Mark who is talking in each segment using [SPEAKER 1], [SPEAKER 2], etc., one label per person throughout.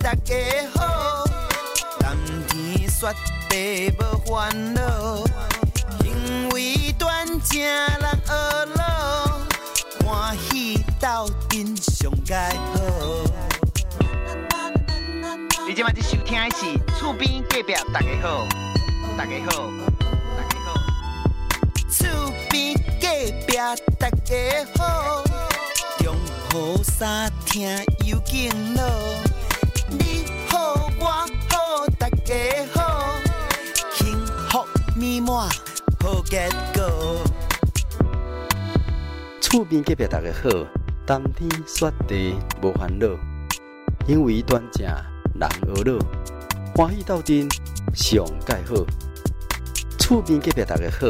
[SPEAKER 1] 大家好，谈天说地无烦恼，行为端正人学老，欢喜斗阵上佳好。你即卖在收听的是厝边隔壁大家好，大家好，大家好。厝边隔壁大家好，中雨三听尤敬老，你好我好大家好，幸福美满好结果。
[SPEAKER 2] 厝边隔壁大家好，谈天说地无烦恼，因为端正人和乐，欢喜斗阵上盖好。厝边隔壁大家好，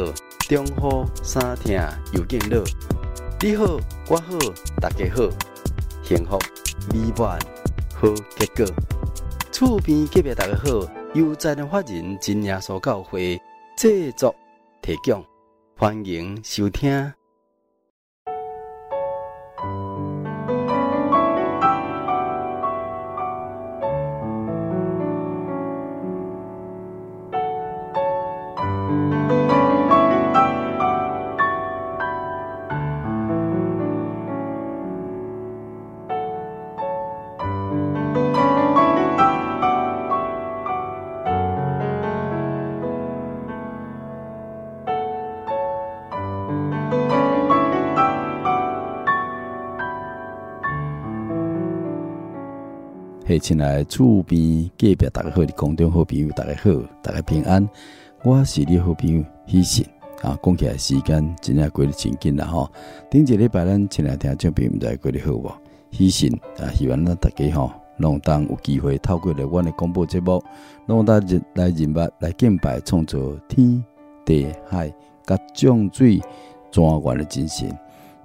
[SPEAKER 2] 中好三听又见乐，你好我好大家好，幸福美满好结果。厝边隔壁大家好，悠哉的法人真耶稣教会制作提供，欢迎收听。嘿，亲爱的厝边隔壁大家好，你空中好朋友大家好，大家平安，我是你好朋友喜神啊。讲起来时间真正过得真紧啦吼。顶一礼拜咱前来听唱片，毋知过得好无？喜神啊，希望咱大家吼，拢有当有机会透过了阮的广播节目，拢有当来认捌来敬拜，创造天地海甲江水庄严的精神。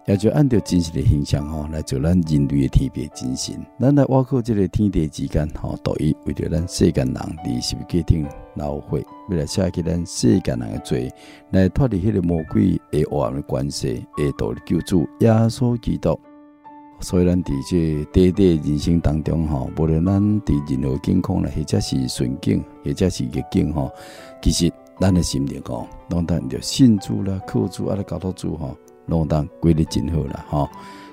[SPEAKER 2] 也就按照真实的形象吼来做咱人类的天别精神。咱来挖苦即个天地之间吼，独一为着咱世间人伫是决定劳费，要来写起咱世间人的罪，来脱离迄个魔鬼的黑暗的关系，会道的救主耶稣基督。所以咱伫这短短的人生当中吼，无论咱伫任何境况啦，或者是顺境，或者是逆境吼，其实咱的心灵吼，拢咱着信主啦、靠主啊、来教导主吼。拢有当过得真好啦吼。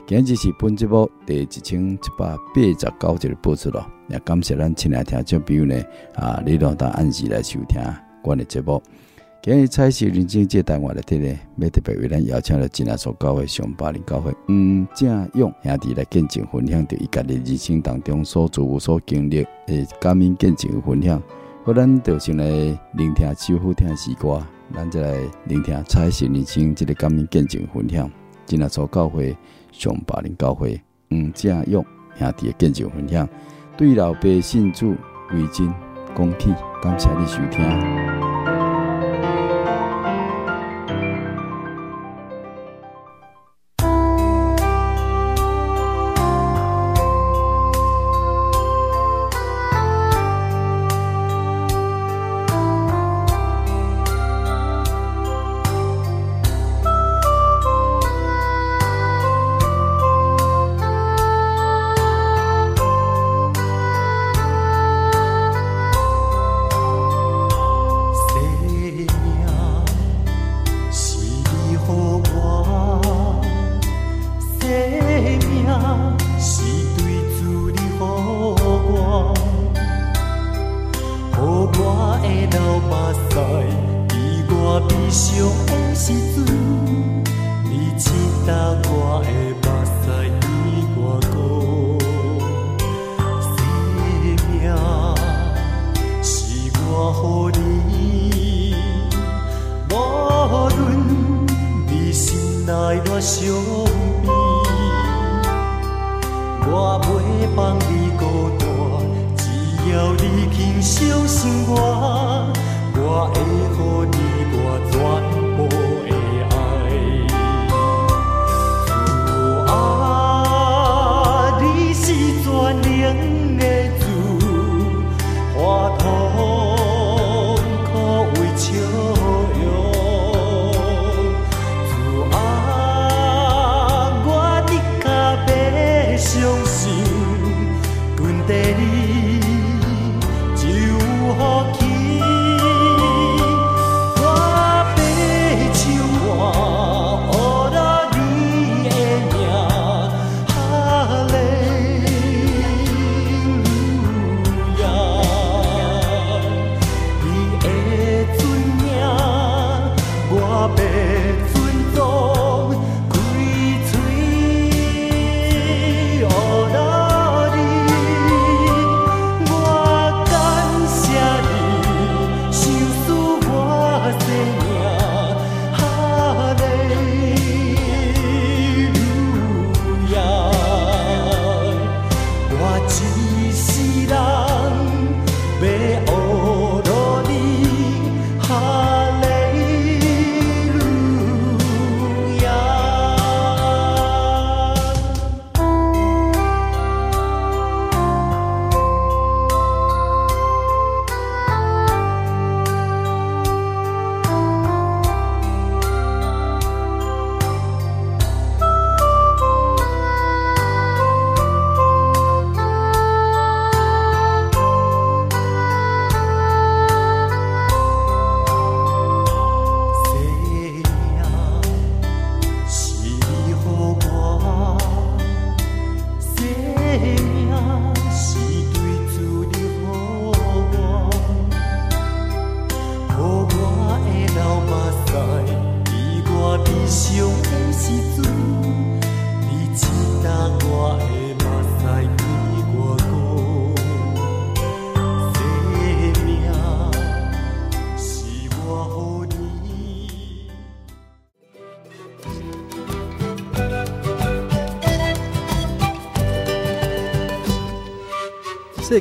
[SPEAKER 2] 今日是本节目第一千一百八十九集的播出咯，也感谢咱亲爱听众朋友呢啊，你拢当按时来收听阮的节目。今日彩色人生这单元内底呢，要特别为咱邀请了真爱所教会上百零教会黄正勇兄弟来见证分享着伊家己人生当中所做所经历诶感恩见证分享。好，咱就先来聆听首好听的诗歌，咱再来聆听彩色人生这个感恩见证分享。今仔所教会上百年教会黄正勇兄弟的见证分享，对老爸信主为真恭喜，感谢你收听。
[SPEAKER 1] 生命是你乎我，生命是对主你乎我，乎我的流目屎，伫我悲伤的时阵，你拭干我的目屎，对我讲，生命。是我予你，无论你心内偌伤悲，我袂放你孤单，只要你肯相信我，我会予你我全部的爱。主啊，你是全能的主。化痛苦为笑容。主啊，我的脚要相信，阮在你
[SPEAKER 2] 世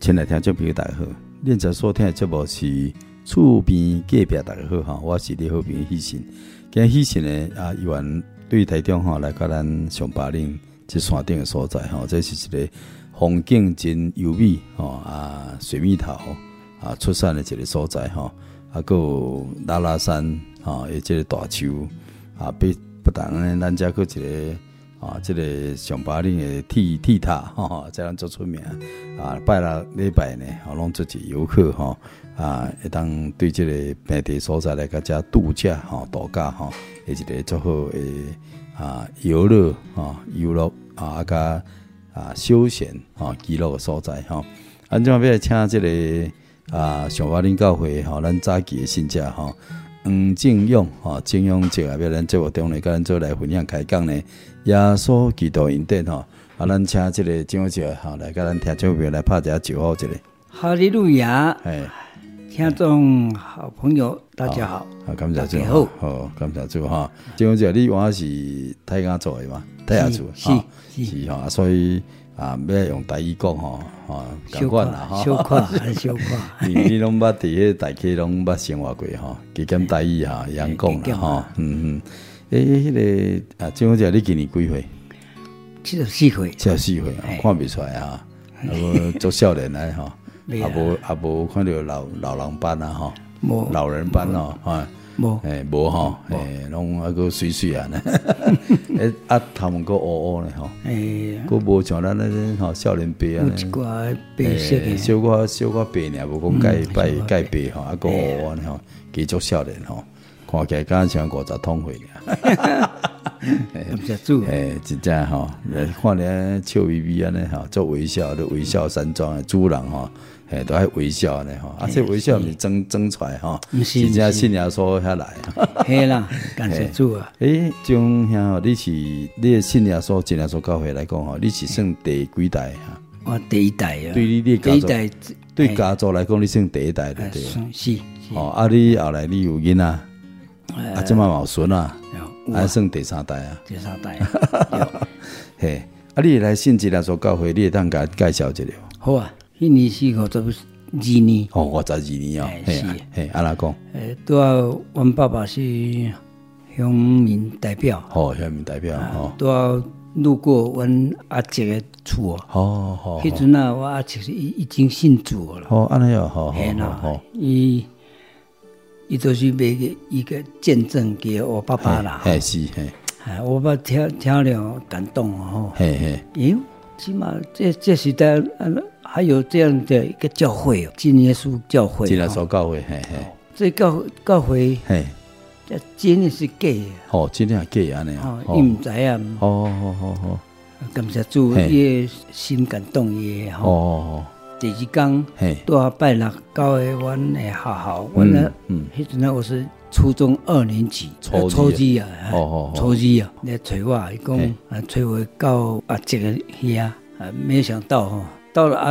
[SPEAKER 2] 先来听这朋友大家好，恁在所听的节目是厝边隔壁大家好哈，我是你好朋友喜信。今日喜信呢啊，依然对台中吼来到咱上巴岭这山顶的所在吼，这是一个风景真优美吼啊，水蜜桃啊出产的一个所在吼，啊还有拉拉山吼，也即个大树啊，比不同呢，咱遮个一个。啊，这个上巴岭的铁铁塔，吼、吼，这咱足出名啊！拜六礼拜呢，吼，拢做一游客吼啊，会当对这个本地所在来个遮度假吼、度假吼，诶、一个足好诶啊游乐吼、游乐啊，啊甲啊休闲吼、娱乐的所在哦吼。安怎要来请这个啊上巴岭教会吼，咱早期的信者吼。黄正勇吼，正勇姐啊，要咱节目中呢，甲咱做来分享开讲呢，耶稣基督恩典吼，啊，咱请即个正勇姐吼来甲咱听众朋友来拍一下招呼一下，
[SPEAKER 3] 哈利路亚，
[SPEAKER 2] 哎，
[SPEAKER 3] 听众好朋友，大家好。
[SPEAKER 2] 好，感谢
[SPEAKER 3] 大
[SPEAKER 2] 主，
[SPEAKER 3] 家好
[SPEAKER 2] 好，感谢主哈。正勇姐，你原来是太阳做的嘛？太阳做，
[SPEAKER 3] 是
[SPEAKER 2] 哈
[SPEAKER 3] 是
[SPEAKER 2] 是吼，啊所以啊，要用台语讲吼，吼，赶快啦哈。
[SPEAKER 3] 小夸，很小 夸。
[SPEAKER 2] 你你拢捌伫迄大溪拢捌生活过吼，加减大意哈，会晓讲
[SPEAKER 3] 加减
[SPEAKER 2] 啦
[SPEAKER 3] 啊
[SPEAKER 2] 吼，嗯嗯。诶，迄个啊，正好姐，你今年几岁？
[SPEAKER 3] 七十四岁，
[SPEAKER 2] 七十四岁啊，看袂出来啊，啊无做少年来吼，
[SPEAKER 3] 袂
[SPEAKER 2] 啊
[SPEAKER 3] 啊
[SPEAKER 2] 无啊无看着老老人斑啊吼，
[SPEAKER 3] 无
[SPEAKER 2] 老人斑哦，啊，
[SPEAKER 3] 无
[SPEAKER 2] 诶无
[SPEAKER 3] 哦
[SPEAKER 2] 吼，诶拢啊个水水啊呢， 诶啊头毛个乌乌呢吼，
[SPEAKER 3] 诶，
[SPEAKER 2] 个无像咱那阵吼少年辈啊
[SPEAKER 3] 有
[SPEAKER 2] 呢
[SPEAKER 3] 一。嗯寡白色
[SPEAKER 2] 诶
[SPEAKER 3] 的，
[SPEAKER 2] 小可小可白尔，无讲介白介白吼，啊个乌安吼，继续少年吼，看起来敢若像五十通岁尔。
[SPEAKER 3] 感谢主。啊
[SPEAKER 2] 诶，真正吼，来看咧笑眯眯安尼吼，做微笑都微笑山庄诶，主人吼，诶，都爱微笑安尼吼，啊，这微笑毋是装装出来吼，
[SPEAKER 3] 不是
[SPEAKER 2] 真正信耶稣遐来。
[SPEAKER 3] 嘿啦，感谢主啊！
[SPEAKER 2] 诶，种兄吼，你是你的信耶稣、真耶稣教会来讲吼，你是算第几代啊？
[SPEAKER 3] 我第一代啊，
[SPEAKER 2] 对你你的
[SPEAKER 3] 第一
[SPEAKER 2] 家
[SPEAKER 3] 代
[SPEAKER 2] 对家族来讲，你算第一代对
[SPEAKER 3] 哎
[SPEAKER 2] 不对了？
[SPEAKER 3] 算是是
[SPEAKER 2] 哦，啊，你后来你有囡仔，啊，即嘛有孙啊，
[SPEAKER 3] 呃有
[SPEAKER 2] 啊，算第三代啊，
[SPEAKER 3] 第三代。
[SPEAKER 2] 嘿，啊，你来信息来所教会，你会当甲介绍一下无。
[SPEAKER 3] 好啊，迄年是五十二年，
[SPEAKER 2] 哦，五十二年哦
[SPEAKER 3] 哎，
[SPEAKER 2] 嘿
[SPEAKER 3] 是
[SPEAKER 2] 啊，嘿，安那讲，
[SPEAKER 3] 诶，拄啊，阮爸爸是乡民代表，
[SPEAKER 2] 好，下面代表哦，
[SPEAKER 3] 拄啊路过阮阿叔的厝哦。
[SPEAKER 2] 好好
[SPEAKER 3] 迄阵啊，我阿叔是已已经信主了啦。
[SPEAKER 2] 好，安尼哦，好
[SPEAKER 3] 嘿
[SPEAKER 2] 好好
[SPEAKER 3] 啦
[SPEAKER 2] 好，，
[SPEAKER 3] 伊伊都是买个一个见证给我爸爸啦。
[SPEAKER 2] 嘿是嘿，
[SPEAKER 3] 哎，我爸听听了感动哦。吼
[SPEAKER 2] 嘿嘿，
[SPEAKER 3] 咦，起码这这时代啊，还有这样的一个教会哦，今耶稣教会
[SPEAKER 2] 进来
[SPEAKER 3] 哦。
[SPEAKER 2] 所教会，嘿嘿
[SPEAKER 3] 这教教会，
[SPEAKER 2] 嘿，
[SPEAKER 3] 这真的是假的
[SPEAKER 2] 好，真正假安尼
[SPEAKER 3] 哦
[SPEAKER 2] 哦，，
[SPEAKER 3] 伊毋知影，
[SPEAKER 2] 好好好好，
[SPEAKER 3] 感谢主，
[SPEAKER 2] 嘿
[SPEAKER 3] 伊的心感动伊的
[SPEAKER 2] 哦
[SPEAKER 3] 吼。
[SPEAKER 2] 哦，
[SPEAKER 3] 第二天。
[SPEAKER 2] 嘿，
[SPEAKER 3] 大啊拜六到的阮的学校，阮呢，
[SPEAKER 2] 嗯
[SPEAKER 3] 迄阵呢我是初中二年级，
[SPEAKER 2] 初二
[SPEAKER 3] 呃初二啊，哎
[SPEAKER 2] 哦哦哦
[SPEAKER 3] 初二啊，来找我，伊讲
[SPEAKER 2] 嘿
[SPEAKER 3] 啊，找我到阿叔个遐，啊，没想到吼，到了阿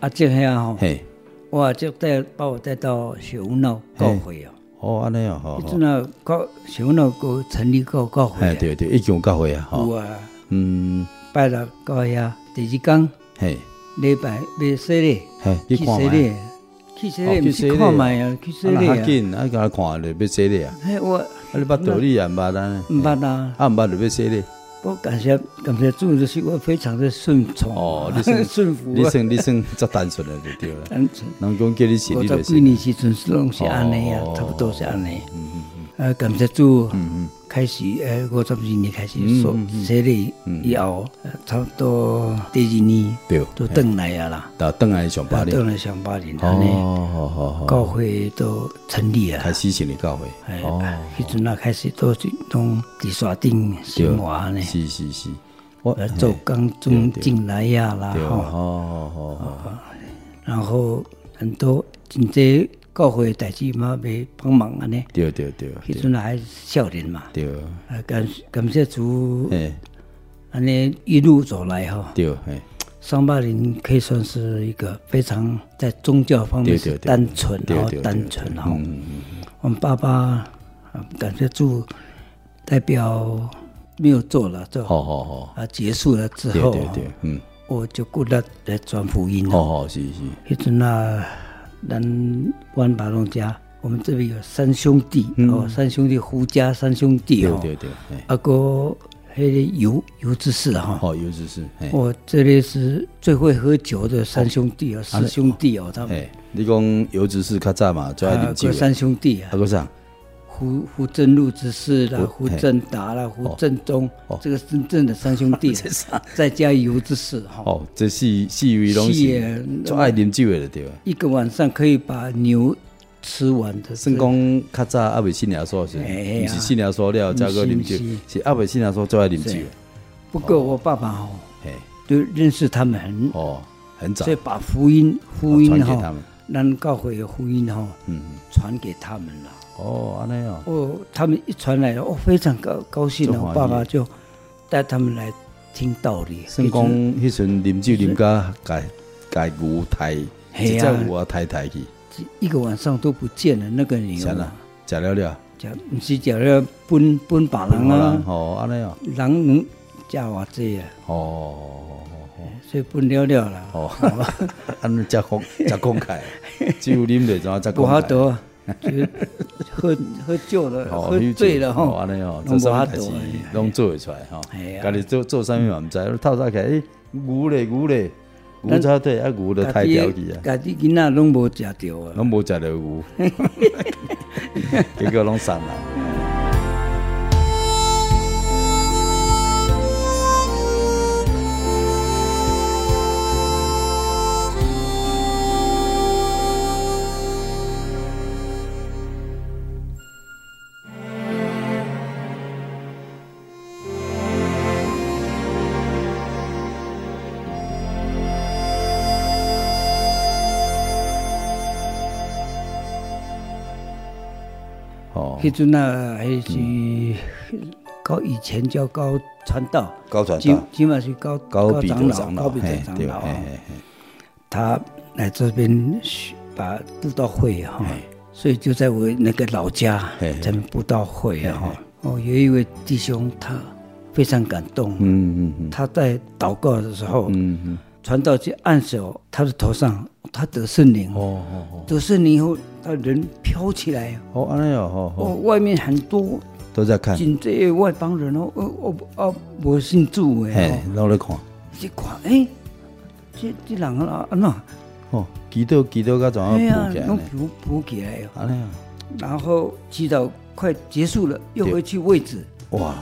[SPEAKER 3] 阿叔遐吼，
[SPEAKER 2] 嘿，
[SPEAKER 3] 我阿叔带把我带到雪屋闹教会哦，
[SPEAKER 2] 哦安尼哦，好，
[SPEAKER 3] 迄
[SPEAKER 2] 好
[SPEAKER 3] 阵啊，教雪屋闹个成立个教会
[SPEAKER 2] 嘿
[SPEAKER 3] 啊，
[SPEAKER 2] 对对，已经有教会啊，
[SPEAKER 3] 有
[SPEAKER 2] 吼，
[SPEAKER 3] 啊，
[SPEAKER 2] 嗯，
[SPEAKER 3] 拜六到遐，第二天
[SPEAKER 2] 嘿。
[SPEAKER 3] 礼拜要洗礼，
[SPEAKER 2] 嘿，你
[SPEAKER 3] 去
[SPEAKER 2] 看
[SPEAKER 3] 洗
[SPEAKER 2] 卖
[SPEAKER 3] 礼，去洗
[SPEAKER 2] 哦
[SPEAKER 3] 礼，
[SPEAKER 2] 去
[SPEAKER 3] 毋
[SPEAKER 2] 洗
[SPEAKER 3] 是
[SPEAKER 2] 礼
[SPEAKER 3] 看卖啊，去洗
[SPEAKER 2] 啊，
[SPEAKER 3] 礼
[SPEAKER 2] 那
[SPEAKER 3] 啊
[SPEAKER 2] 较。紧，啊，甲看就要洗咧啊，
[SPEAKER 3] 嘿，我
[SPEAKER 2] 啊，你捌道理也毋捌啊，
[SPEAKER 3] 毋捌啊，
[SPEAKER 2] 啊，毋捌就要洗咧。
[SPEAKER 3] 我感谢感谢主，就是我非常的顺从啊
[SPEAKER 2] 哦，你算
[SPEAKER 3] 顺服
[SPEAKER 2] 你
[SPEAKER 3] 啊，
[SPEAKER 2] 算你算 足单纯诶，就对啦。
[SPEAKER 3] 单纯。
[SPEAKER 2] 人讲叫你洗，
[SPEAKER 3] 五
[SPEAKER 2] 你
[SPEAKER 3] 十
[SPEAKER 2] 就
[SPEAKER 3] 几
[SPEAKER 2] 洗。
[SPEAKER 3] 年时阵拢是安尼啊
[SPEAKER 2] 哦，
[SPEAKER 3] 差不多是安尼。
[SPEAKER 2] 嗯嗯嗯，
[SPEAKER 3] 呃，感谢主，
[SPEAKER 2] 嗯
[SPEAKER 3] 开始呃五十二年开始所设立以后，呃差不多第二年
[SPEAKER 2] 对
[SPEAKER 3] 都转来啊啦，
[SPEAKER 2] 到邓来上巴黎，
[SPEAKER 3] 转来上八年，安尼
[SPEAKER 2] 哦，好好好，
[SPEAKER 3] 教会都成立啊
[SPEAKER 2] 开。始成立教会，
[SPEAKER 3] 哎
[SPEAKER 2] 哦，，
[SPEAKER 3] 迄阵啊开始都是拢伫山顶生活呢，
[SPEAKER 2] 是是是，我
[SPEAKER 3] 呃做工种进来呀啦
[SPEAKER 2] 对，
[SPEAKER 3] 吼，
[SPEAKER 2] 哦哦哦，
[SPEAKER 3] 然后很多真济教会的代志嘛，要帮忙安尼。
[SPEAKER 2] 对对对
[SPEAKER 3] 迄阵啊还少年嘛，
[SPEAKER 2] 对，
[SPEAKER 3] 啊感感谢主，
[SPEAKER 2] 哎
[SPEAKER 3] 安尼一路走来吼，
[SPEAKER 2] 对哎，
[SPEAKER 3] 上巴林可以算是一个非常在宗教方
[SPEAKER 2] 对
[SPEAKER 3] 面
[SPEAKER 2] 对
[SPEAKER 3] 是
[SPEAKER 2] 对
[SPEAKER 3] 单纯，
[SPEAKER 2] 对
[SPEAKER 3] 然后
[SPEAKER 2] 对对嗯
[SPEAKER 3] 单纯哈。我们爸爸啊感谢主，代表没有做了，做
[SPEAKER 2] 好好好，
[SPEAKER 3] 啊结束了之
[SPEAKER 2] 对
[SPEAKER 3] 后，
[SPEAKER 2] 对对，嗯，
[SPEAKER 3] 我就过来来传福音了。
[SPEAKER 2] 好好是是，
[SPEAKER 3] 迄阵啊，咱万巴龙家，我们这边有三兄弟、哦，三兄弟胡家三兄弟
[SPEAKER 2] 嗯对
[SPEAKER 3] 哦，
[SPEAKER 2] 对对，哎，
[SPEAKER 3] 啊个迄个尤尤之士哈、
[SPEAKER 2] 好有知识，哎
[SPEAKER 3] 我这里是最会喝酒的三兄弟哦，四兄弟哦，他们
[SPEAKER 2] 哎，你讲有知识较早嘛，最爱
[SPEAKER 3] 啊
[SPEAKER 2] 啉酒
[SPEAKER 3] 个，三兄弟
[SPEAKER 2] 啊
[SPEAKER 3] 啊，
[SPEAKER 2] 个啥？
[SPEAKER 3] 胡胡振禄之士啦，
[SPEAKER 2] 哦
[SPEAKER 3] 胡振达
[SPEAKER 2] 哎
[SPEAKER 3] 啦，胡振东，这个是真正的三兄 弟，再加尤之士哈，
[SPEAKER 2] 啊哦，这四四位拢
[SPEAKER 3] 是
[SPEAKER 2] 是最爱啉酒的就对了。
[SPEAKER 3] 一个晚上可以把牛吃完的，
[SPEAKER 2] 算讲较早阿未信耶稣是，
[SPEAKER 3] 哎呀
[SPEAKER 2] 毋是信耶稣了，才个啉
[SPEAKER 3] 不
[SPEAKER 2] 酒
[SPEAKER 3] 是，
[SPEAKER 2] 是啊阿未信耶稣最爱啉酒的，
[SPEAKER 3] 不过我爸爸哦，
[SPEAKER 2] 嘿，
[SPEAKER 3] 就认识他们很，
[SPEAKER 2] 哦，很早哦
[SPEAKER 3] 所以把福音
[SPEAKER 2] 传
[SPEAKER 3] 福音
[SPEAKER 2] 给他
[SPEAKER 3] 哈
[SPEAKER 2] 们，
[SPEAKER 3] 咱教会的福音哈，
[SPEAKER 2] 嗯，
[SPEAKER 3] 传给他们了。
[SPEAKER 2] 哦，安尼哦，
[SPEAKER 3] 哦，他们一传来，哦，非常高高兴
[SPEAKER 2] 就
[SPEAKER 3] 啊！
[SPEAKER 2] 欢
[SPEAKER 3] 我
[SPEAKER 2] 喜
[SPEAKER 3] 爸爸就带他们来听道理，
[SPEAKER 2] 算讲
[SPEAKER 3] 一直
[SPEAKER 2] 迄阵啉酒啉甲家家牛胎，
[SPEAKER 3] 嘿
[SPEAKER 2] 一
[SPEAKER 3] 啊
[SPEAKER 2] 只牛啊胎胎去，
[SPEAKER 3] 一个晚上都不见了那个牛
[SPEAKER 2] 啥啦
[SPEAKER 3] 啊，，
[SPEAKER 2] 食了了，
[SPEAKER 3] 食不是食了分分把人啊，
[SPEAKER 2] 哦，安尼哦，
[SPEAKER 3] 人能食偌济啊，
[SPEAKER 2] 哦，
[SPEAKER 3] 所以分了了啦，
[SPEAKER 2] 哦， 哦，安尼才 公才公开，酒啉着怎啊才
[SPEAKER 3] 不
[SPEAKER 2] 公
[SPEAKER 3] 好
[SPEAKER 2] 开？
[SPEAKER 3] 得啊，就是喝喝酒了，
[SPEAKER 2] 哦
[SPEAKER 3] 喝醉了
[SPEAKER 2] 哦，
[SPEAKER 3] 吼，
[SPEAKER 2] 安尼哦，
[SPEAKER 3] 拢
[SPEAKER 2] 这
[SPEAKER 3] 无
[SPEAKER 2] 啥
[SPEAKER 3] 法
[SPEAKER 2] 物代志
[SPEAKER 3] 度哎
[SPEAKER 2] 拢做会出来吼
[SPEAKER 3] 哎。呀
[SPEAKER 2] 家己做做啥物嘛毋知，透早起来，诶，牛咧牛咧，牛插队啊，牛都太掉去啊，
[SPEAKER 3] 家己囡仔拢无食着啊。
[SPEAKER 2] 拢无食着 牛，结果拢散啦。哦，
[SPEAKER 3] 迄阵啊，迄是到以前叫高传道，
[SPEAKER 2] 高传
[SPEAKER 3] 今
[SPEAKER 2] 道，
[SPEAKER 3] 今嘛是高
[SPEAKER 2] 高彼
[SPEAKER 3] 长
[SPEAKER 2] 得
[SPEAKER 3] 老，
[SPEAKER 2] 长老，
[SPEAKER 3] 高彼得
[SPEAKER 2] 嘿，
[SPEAKER 3] 长
[SPEAKER 2] 对，
[SPEAKER 3] 老
[SPEAKER 2] 嘿
[SPEAKER 3] 啊，
[SPEAKER 2] 嘿嘿
[SPEAKER 3] 他来这边学把布道会哈，所以就在我那个老家
[SPEAKER 2] 嘿嘿
[SPEAKER 3] 咱们布道会啊哈。哦，有一位弟兄他非常感动，
[SPEAKER 2] 嗯嗯嗯
[SPEAKER 3] 他在祷告的时候，
[SPEAKER 2] 嗯嗯，
[SPEAKER 3] 传道就按手他的头上，他得圣灵，
[SPEAKER 2] 哦哦
[SPEAKER 3] 得圣灵以后，他人飘起来，
[SPEAKER 2] 哦，哦安尼哦，哦
[SPEAKER 3] 哦
[SPEAKER 2] 哦，，
[SPEAKER 3] 外面很多
[SPEAKER 2] 都在看，
[SPEAKER 3] 真济外邦人哦，哦哦哦，无信主的
[SPEAKER 2] 嘿
[SPEAKER 3] 哦，，
[SPEAKER 2] 拢咧看，
[SPEAKER 3] 一看诶，这这人啊安怎？
[SPEAKER 2] 哦，祈祷祈祷甲怎啊
[SPEAKER 3] 哎呀
[SPEAKER 2] 补起，来
[SPEAKER 3] 拢
[SPEAKER 2] 呢？
[SPEAKER 3] 补补起来哦。
[SPEAKER 2] 安尼啊，
[SPEAKER 3] 然后祈祷快结束了，又回去位置，
[SPEAKER 2] 哇，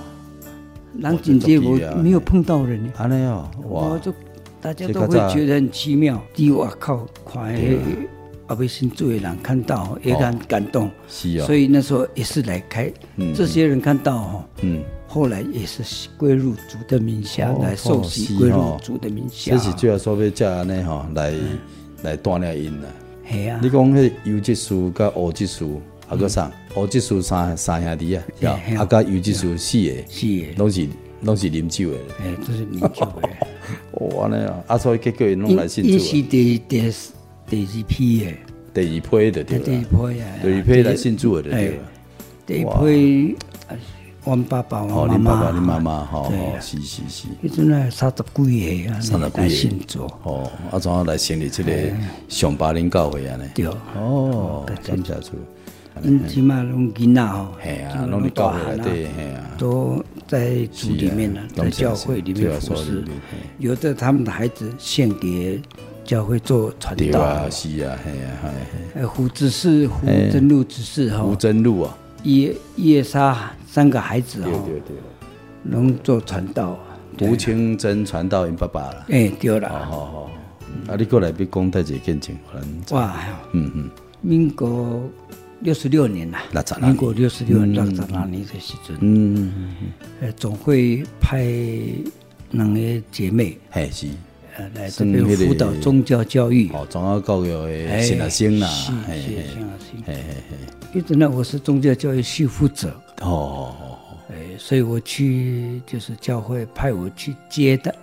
[SPEAKER 3] 人紧接我
[SPEAKER 2] 这作弊啊
[SPEAKER 3] 没有碰到人，
[SPEAKER 2] 安尼哦，
[SPEAKER 3] 我
[SPEAKER 2] 哇，
[SPEAKER 3] 就大家
[SPEAKER 2] 这
[SPEAKER 3] 都
[SPEAKER 2] 较
[SPEAKER 3] 会
[SPEAKER 2] 早
[SPEAKER 3] 觉得很奇妙。第我靠，看
[SPEAKER 2] 对
[SPEAKER 3] 那
[SPEAKER 2] 啊哦
[SPEAKER 3] 个阿贝新住的人看到也很感动，
[SPEAKER 2] 是哦
[SPEAKER 3] 所，以那时候也是来开
[SPEAKER 2] 嗯，
[SPEAKER 3] 这些人看到哦。
[SPEAKER 2] 嗯。
[SPEAKER 3] 后来也是归入主的名下
[SPEAKER 2] 哦
[SPEAKER 3] 来受
[SPEAKER 2] 是
[SPEAKER 3] 洗，
[SPEAKER 2] 哦
[SPEAKER 3] 归入主的名下。
[SPEAKER 2] 这是主要说要遮安尼吼来
[SPEAKER 3] 嗯
[SPEAKER 2] 来锻炼因啦。
[SPEAKER 3] 嘿啊呀
[SPEAKER 2] 你，讲迄优质书甲黑质书，啊个啥？黑质书三三兄弟啊，是吧
[SPEAKER 3] 嗯嘿嘿
[SPEAKER 2] 啊甲优质书四个，
[SPEAKER 3] 是耶，
[SPEAKER 2] 拢是拢是啉酒的。
[SPEAKER 3] 哎，这是民 族的。
[SPEAKER 2] 哦，安尼啊，啊所以结果因拢
[SPEAKER 3] 因
[SPEAKER 2] 来信
[SPEAKER 3] 因
[SPEAKER 2] 主
[SPEAKER 3] 是
[SPEAKER 2] 啊，
[SPEAKER 3] 第第第二批的，
[SPEAKER 2] 第二批就对
[SPEAKER 3] 第一
[SPEAKER 2] 啦，
[SPEAKER 3] 批啊，哎
[SPEAKER 2] 第二批来信主的就对啦。
[SPEAKER 3] 第一批，啊阮爸爸、
[SPEAKER 2] 哦，
[SPEAKER 3] 阮
[SPEAKER 2] 恁
[SPEAKER 3] 妈
[SPEAKER 2] 爸爸、恁
[SPEAKER 3] 妈，
[SPEAKER 2] 妈妈，吼，
[SPEAKER 3] 对
[SPEAKER 2] 哦
[SPEAKER 3] 啊
[SPEAKER 2] 是是是，
[SPEAKER 3] 迄阵啊三十几个啊，
[SPEAKER 2] 三十几个
[SPEAKER 3] 来信主，
[SPEAKER 2] 哦，啊怎啊来成立即个上巴林教会安尼？
[SPEAKER 3] 哎对。
[SPEAKER 2] 哦，感谢主，
[SPEAKER 3] 因即马拢囡仔吼，
[SPEAKER 2] 哎嘿
[SPEAKER 3] 现
[SPEAKER 2] 啊，
[SPEAKER 3] 在
[SPEAKER 2] 拢伫教
[SPEAKER 3] 大
[SPEAKER 2] 会
[SPEAKER 3] 汉
[SPEAKER 2] 内
[SPEAKER 3] 啊
[SPEAKER 2] 底，嘿啊。
[SPEAKER 3] 都在主里面呢、
[SPEAKER 2] 是啊
[SPEAKER 3] 在教会里面服
[SPEAKER 2] 主要说里
[SPEAKER 3] 侍
[SPEAKER 2] 面嘿，
[SPEAKER 3] 有的他们的孩子献给教会做传
[SPEAKER 2] 对
[SPEAKER 3] 道。
[SPEAKER 2] 啊，是啊，嘿啊，嘿啊，
[SPEAKER 3] 呃，胡子是胡真路子是
[SPEAKER 2] 吴
[SPEAKER 3] 哈，
[SPEAKER 2] 真路啊，
[SPEAKER 3] 夜夜杀三个孩子
[SPEAKER 2] 对
[SPEAKER 3] 哦，
[SPEAKER 2] 对对，
[SPEAKER 3] 拢做传道啊。
[SPEAKER 2] 吴清真传到因爸爸啦。
[SPEAKER 3] 哎，对
[SPEAKER 2] 哦
[SPEAKER 3] 啦，
[SPEAKER 2] 哦哦，啊，你过来要讲代志见证，可能
[SPEAKER 3] 哇，哎
[SPEAKER 2] 嗯嗯，
[SPEAKER 3] 民国六十六年啦，
[SPEAKER 2] 六十六年
[SPEAKER 3] 民国六十六年六十六年的时阵，
[SPEAKER 2] 嗯嗯嗯，
[SPEAKER 3] 呃，总会派两个姐妹
[SPEAKER 2] 嘿是，
[SPEAKER 3] 呃来这边辅导
[SPEAKER 2] 算那个
[SPEAKER 3] 宗教教育。
[SPEAKER 2] 哦，中央教育的新学生啦，
[SPEAKER 3] 哎
[SPEAKER 2] 嘿嘿
[SPEAKER 3] 是是是啊是
[SPEAKER 2] 嘿嘿嘿，
[SPEAKER 3] 一直呢，我是宗教教育系负责，
[SPEAKER 2] 哦哦哦，
[SPEAKER 3] 哎，所以我去就是教会派我去接的，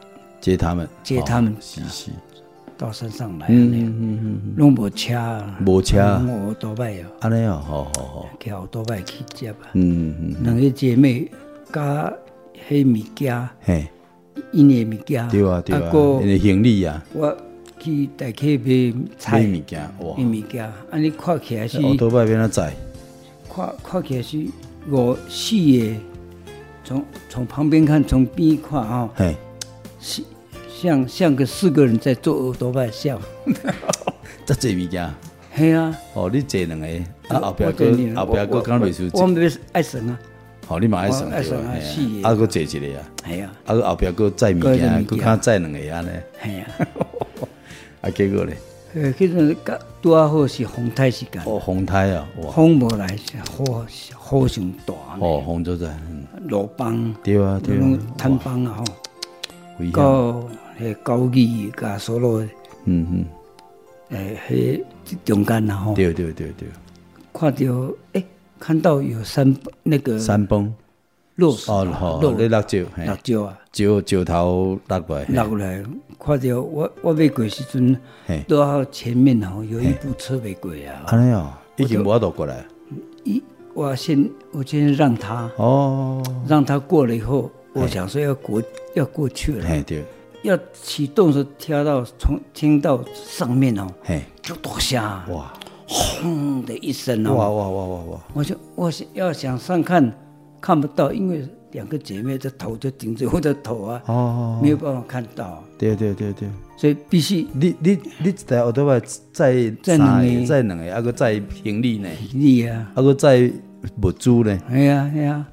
[SPEAKER 2] 接他们，
[SPEAKER 3] 接他们啊
[SPEAKER 2] 哦是是，
[SPEAKER 3] 到山上来，
[SPEAKER 2] 嗯
[SPEAKER 3] 嗯，
[SPEAKER 2] 嗯嗯嗯
[SPEAKER 3] 拢无车啊，
[SPEAKER 2] 无车
[SPEAKER 3] 拢我多摆哦，
[SPEAKER 2] 嗯，安尼哦，好好好，
[SPEAKER 3] 去好多摆去接吧。
[SPEAKER 2] 嗯嗯嗯，
[SPEAKER 3] 两个姐妹加迄物件，
[SPEAKER 2] 嘿，
[SPEAKER 3] 因的物件，
[SPEAKER 2] 对啊对啊，
[SPEAKER 3] 还
[SPEAKER 2] 因为行李啊，
[SPEAKER 3] 我去大客买
[SPEAKER 2] 买
[SPEAKER 3] 菜
[SPEAKER 2] 物件，哇
[SPEAKER 3] 买，物件，安尼看起来是
[SPEAKER 2] 我都外边啊载，
[SPEAKER 3] 看看起来是五四个，从从旁边看，从边看哦，
[SPEAKER 2] 嘿，
[SPEAKER 3] 是像像个四个人在做耳朵拜像，
[SPEAKER 2] 这济物件，
[SPEAKER 3] 嘿啊，
[SPEAKER 2] 哦，你坐两个，啊后壁
[SPEAKER 3] 我
[SPEAKER 2] 个
[SPEAKER 3] 我这样
[SPEAKER 2] 后壁个讲类似
[SPEAKER 3] 我我我们爱神啊，
[SPEAKER 2] 好，哦你嘛爱算
[SPEAKER 3] 我爱
[SPEAKER 2] 对
[SPEAKER 3] 算
[SPEAKER 2] 吧
[SPEAKER 3] 啊
[SPEAKER 2] 嘿
[SPEAKER 3] 是
[SPEAKER 2] 啊，
[SPEAKER 3] 的
[SPEAKER 2] 啊，搁坐一个啊，
[SPEAKER 3] 哎呀，
[SPEAKER 2] 啊，搁后壁搁载物
[SPEAKER 3] 搁载
[SPEAKER 2] 件，
[SPEAKER 3] 物
[SPEAKER 2] 搁
[SPEAKER 3] 件
[SPEAKER 2] 较载两个安尼，
[SPEAKER 3] 哎呀，
[SPEAKER 2] 啊，结果咧，
[SPEAKER 3] 呃，迄阵刚拄啊好是风台时间，
[SPEAKER 2] 哦，风台啊，哇，
[SPEAKER 3] 风无来，火火上大呢，
[SPEAKER 2] 哦，风做在，嗯，
[SPEAKER 3] 落棒，
[SPEAKER 2] 对啊，对
[SPEAKER 3] 拢
[SPEAKER 2] 啊，
[SPEAKER 3] 摊棒啊吼，
[SPEAKER 2] 危险，
[SPEAKER 3] 到迄高义甲所罗，
[SPEAKER 2] 嗯嗯，
[SPEAKER 3] 诶，迄中间啊吼，
[SPEAKER 2] 对对对对，
[SPEAKER 3] 看到诶，看到有山那个
[SPEAKER 2] 山崩，
[SPEAKER 3] 落石
[SPEAKER 2] 哦，
[SPEAKER 3] 啊，
[SPEAKER 2] 好，你
[SPEAKER 3] 落
[SPEAKER 2] 落石，嘿
[SPEAKER 3] 落石啊。
[SPEAKER 2] 石石头落过来，嘿嗯
[SPEAKER 3] 落来，看到我我要过的时阵
[SPEAKER 2] 嘿，
[SPEAKER 3] 拄好前面吼有一部车未过啊，
[SPEAKER 2] 安尼哦，已经无法度过来，
[SPEAKER 3] 一我先我先让他
[SPEAKER 2] 哦，
[SPEAKER 3] 让他过了以后，我想说要过要过去了，
[SPEAKER 2] 嘿对，
[SPEAKER 3] 要启动的时候听到从听到上面哦
[SPEAKER 2] 嘿，
[SPEAKER 3] 就多下
[SPEAKER 2] 哇，
[SPEAKER 3] 轰的一声
[SPEAKER 2] 哇
[SPEAKER 3] 哦，
[SPEAKER 2] 哇哇哇哇，
[SPEAKER 3] 我就我想要想上看看不到，因为两个姐妹的头就顶着我的头啊，
[SPEAKER 2] 哦，
[SPEAKER 3] 没有办法看到，
[SPEAKER 2] 对对对对。
[SPEAKER 3] 所以必须
[SPEAKER 2] 你你你一台奥特曼载
[SPEAKER 3] 载
[SPEAKER 2] 三
[SPEAKER 3] 两
[SPEAKER 2] 个，
[SPEAKER 3] 个
[SPEAKER 2] 载两个，还佫载行李呢，
[SPEAKER 3] 力啊，
[SPEAKER 2] 还佫载物资呢。
[SPEAKER 3] 哎呀哎呀。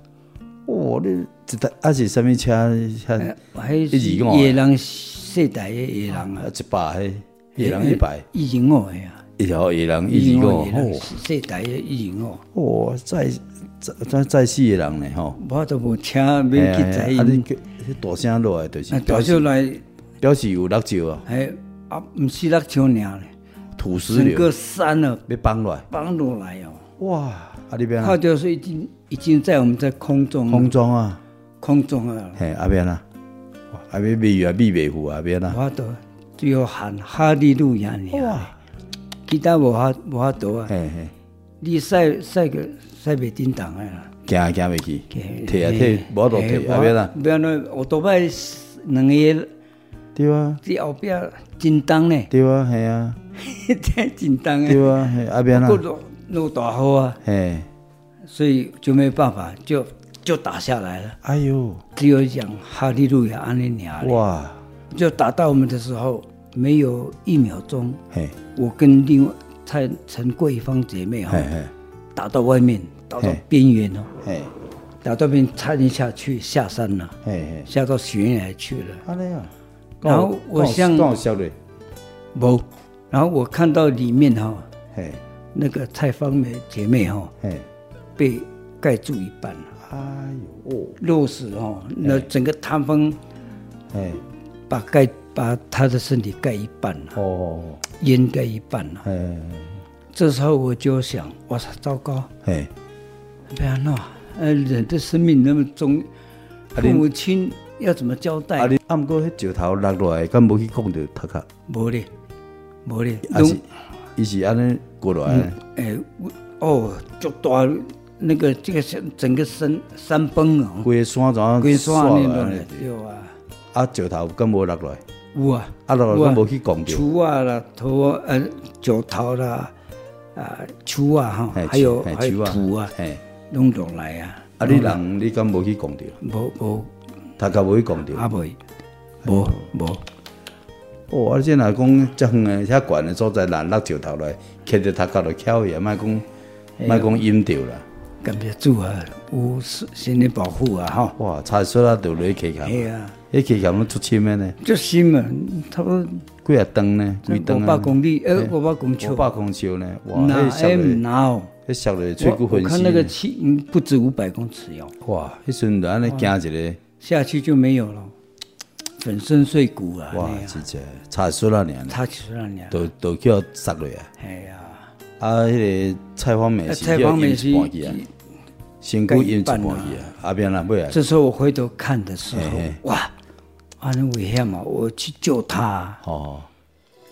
[SPEAKER 2] 哦，你一台啊是啥物车？遐
[SPEAKER 3] 迄
[SPEAKER 2] 一
[SPEAKER 3] 哎是
[SPEAKER 2] 二五的
[SPEAKER 3] 野人世代的野人
[SPEAKER 2] 啊
[SPEAKER 3] 啊，
[SPEAKER 2] 一百迄一人一百，
[SPEAKER 3] 一二五的啊，
[SPEAKER 2] 一条一人一二
[SPEAKER 3] 野人
[SPEAKER 2] 五。
[SPEAKER 3] 世代的一二五，
[SPEAKER 2] 哦，载载载载四个人呢吼。
[SPEAKER 3] 我都无车免去载
[SPEAKER 2] 嘿啊你
[SPEAKER 3] 因，
[SPEAKER 2] 叫那大声落来就是
[SPEAKER 3] 啊，大
[SPEAKER 2] 表
[SPEAKER 3] 少
[SPEAKER 2] 示
[SPEAKER 3] 来，
[SPEAKER 2] 表示有落石啊，
[SPEAKER 3] 哎，啊，毋是六像尔咧，
[SPEAKER 2] 土石
[SPEAKER 3] 整个
[SPEAKER 2] 流
[SPEAKER 3] 山啊
[SPEAKER 2] 要放落来。
[SPEAKER 3] 放落来哦，
[SPEAKER 2] 哇，啊你变
[SPEAKER 3] 靠就是已经已经在我们在空中
[SPEAKER 2] 空
[SPEAKER 3] 空
[SPEAKER 2] 中啊，
[SPEAKER 3] 空中啊，
[SPEAKER 2] 嘿啊变啊，哇啊要避啊避袂赴啊变啊。
[SPEAKER 3] 我都只有喊哈利路亚尔，
[SPEAKER 2] 哇，
[SPEAKER 3] 其他无法无法度啊，
[SPEAKER 2] 哦嘿嘿。
[SPEAKER 3] 你赛赛个赛袂叮当的啦。
[SPEAKER 2] 行行袂去，退啊退，无度退，后壁啦，
[SPEAKER 3] 不要那我多摆两个
[SPEAKER 2] 对啊，，
[SPEAKER 3] 在后壁真重呢
[SPEAKER 2] 对啊，系啊，
[SPEAKER 3] 真真重诶，
[SPEAKER 2] 对啊，嘿，后壁啦
[SPEAKER 3] 过，落落大雨啊，
[SPEAKER 2] 嘿，
[SPEAKER 3] 所以就没办法，就就打下来了。
[SPEAKER 2] 哎呦，
[SPEAKER 3] 只有讲哈利路亚安尼尔，
[SPEAKER 2] 哇，
[SPEAKER 3] 就打到我们的时候，没有一秒钟，
[SPEAKER 2] 嘿，
[SPEAKER 3] 我跟另外蔡陈桂芳姐妹哈、
[SPEAKER 2] 嘿嘿，
[SPEAKER 3] 打到外面，打到
[SPEAKER 2] 嘿
[SPEAKER 3] 边缘哦，
[SPEAKER 2] 嘿，
[SPEAKER 3] 打到边差点下去下山了，
[SPEAKER 2] 嘿嘿，
[SPEAKER 3] 下到悬崖去了。
[SPEAKER 2] 安尼啊，哦
[SPEAKER 3] 然后我像
[SPEAKER 2] 刚好笑嘞，
[SPEAKER 3] 无，然后我看到里面哈、
[SPEAKER 2] 嘿，
[SPEAKER 3] 那个蔡芳梅姐妹哈、
[SPEAKER 2] 嘿，
[SPEAKER 3] 被盖住一半了，
[SPEAKER 2] 哎呦，哎哦，
[SPEAKER 3] 落石哦，那整个塌方
[SPEAKER 2] 嘿，
[SPEAKER 3] 把盖把她的身体盖一半了，
[SPEAKER 2] 哦哦，哦
[SPEAKER 3] 淹盖一半了。
[SPEAKER 2] 嘿，
[SPEAKER 3] 这时候我就想，我操，糟糕，
[SPEAKER 2] 嘿，
[SPEAKER 3] 不要闹，
[SPEAKER 2] 啊
[SPEAKER 3] 呃，人的生命那么重，父母亲要怎么交
[SPEAKER 2] 啊
[SPEAKER 3] 代？
[SPEAKER 2] 你，啊，毋过迄石头落落来，敢无去碰着头壳，啊
[SPEAKER 3] 无咧，无咧，
[SPEAKER 2] 是，伊是安尼过落来呢，
[SPEAKER 3] 哎，我哦，就大那个这个山整个山山崩啊，
[SPEAKER 2] 规个山怎啊
[SPEAKER 3] 龟山
[SPEAKER 2] 落
[SPEAKER 3] 那
[SPEAKER 2] 来
[SPEAKER 3] 乱
[SPEAKER 2] 呢
[SPEAKER 3] 了，对啊，
[SPEAKER 2] 啊，石头敢无落落来，
[SPEAKER 3] 有啊。
[SPEAKER 2] 啊落落来敢无去碰着。
[SPEAKER 3] 竹啊啦，头啊呃九头啦，啊竹啊哈，
[SPEAKER 2] 嘿
[SPEAKER 3] 还有
[SPEAKER 2] 嘿
[SPEAKER 3] 还有
[SPEAKER 2] 树啊
[SPEAKER 3] 土啊，
[SPEAKER 2] 嘿，
[SPEAKER 3] 拢落来啊，
[SPEAKER 2] 啊，你人你敢无去讲着？
[SPEAKER 3] 无无
[SPEAKER 2] 头壳无去讲着。
[SPEAKER 3] 啊袂，无无，
[SPEAKER 2] 哦，啊，即若讲遮远诶，遐
[SPEAKER 3] 哎
[SPEAKER 2] 悬诶所在，人落石头来，揢着头壳就翘去，莫讲莫讲淹着啦。
[SPEAKER 3] 感谢主啊，有神的保护啊，吼。
[SPEAKER 2] 哇，差说啊，就落去
[SPEAKER 3] 嘿
[SPEAKER 2] 咸，
[SPEAKER 3] 啊，
[SPEAKER 2] 迄去咸拢出深的呢，
[SPEAKER 3] 足深啊，差不多
[SPEAKER 2] 几啊吨呢，几吨
[SPEAKER 3] 五百
[SPEAKER 2] 啊，
[SPEAKER 3] 公里，呃
[SPEAKER 2] 嘿，
[SPEAKER 3] 五百公尺
[SPEAKER 2] 五，百公尺呢，哇，迄
[SPEAKER 3] 那哎
[SPEAKER 2] 熟
[SPEAKER 3] 唔
[SPEAKER 2] 嘞，
[SPEAKER 3] 拿哦。
[SPEAKER 2] 迄熟嘞，吹骨
[SPEAKER 3] 我我
[SPEAKER 2] 分
[SPEAKER 3] 看那个
[SPEAKER 2] 尸，
[SPEAKER 3] 七嗯不止五百公尺哟，
[SPEAKER 2] 哇，迄时阵就安尼惊
[SPEAKER 3] 哎
[SPEAKER 2] 一
[SPEAKER 3] 下去就没有了，粉身碎骨啊！
[SPEAKER 2] 个，哇
[SPEAKER 3] 那，样
[SPEAKER 2] 真正差说啊，尔呢，
[SPEAKER 3] 他起来了，
[SPEAKER 2] 都都叫杀落啊，
[SPEAKER 3] 哎呀，
[SPEAKER 2] 啊，迄个菜芳美
[SPEAKER 3] 那
[SPEAKER 2] 食
[SPEAKER 3] 采访哎美食
[SPEAKER 2] 叫淹一半去啊，身躯淹一半去啊，后边人尾啊，
[SPEAKER 3] 这时候我回头看的时
[SPEAKER 2] 嘿
[SPEAKER 3] 候
[SPEAKER 2] 嘿，
[SPEAKER 3] 哇，啊，那危险嘛！我去救他啊，
[SPEAKER 2] 哦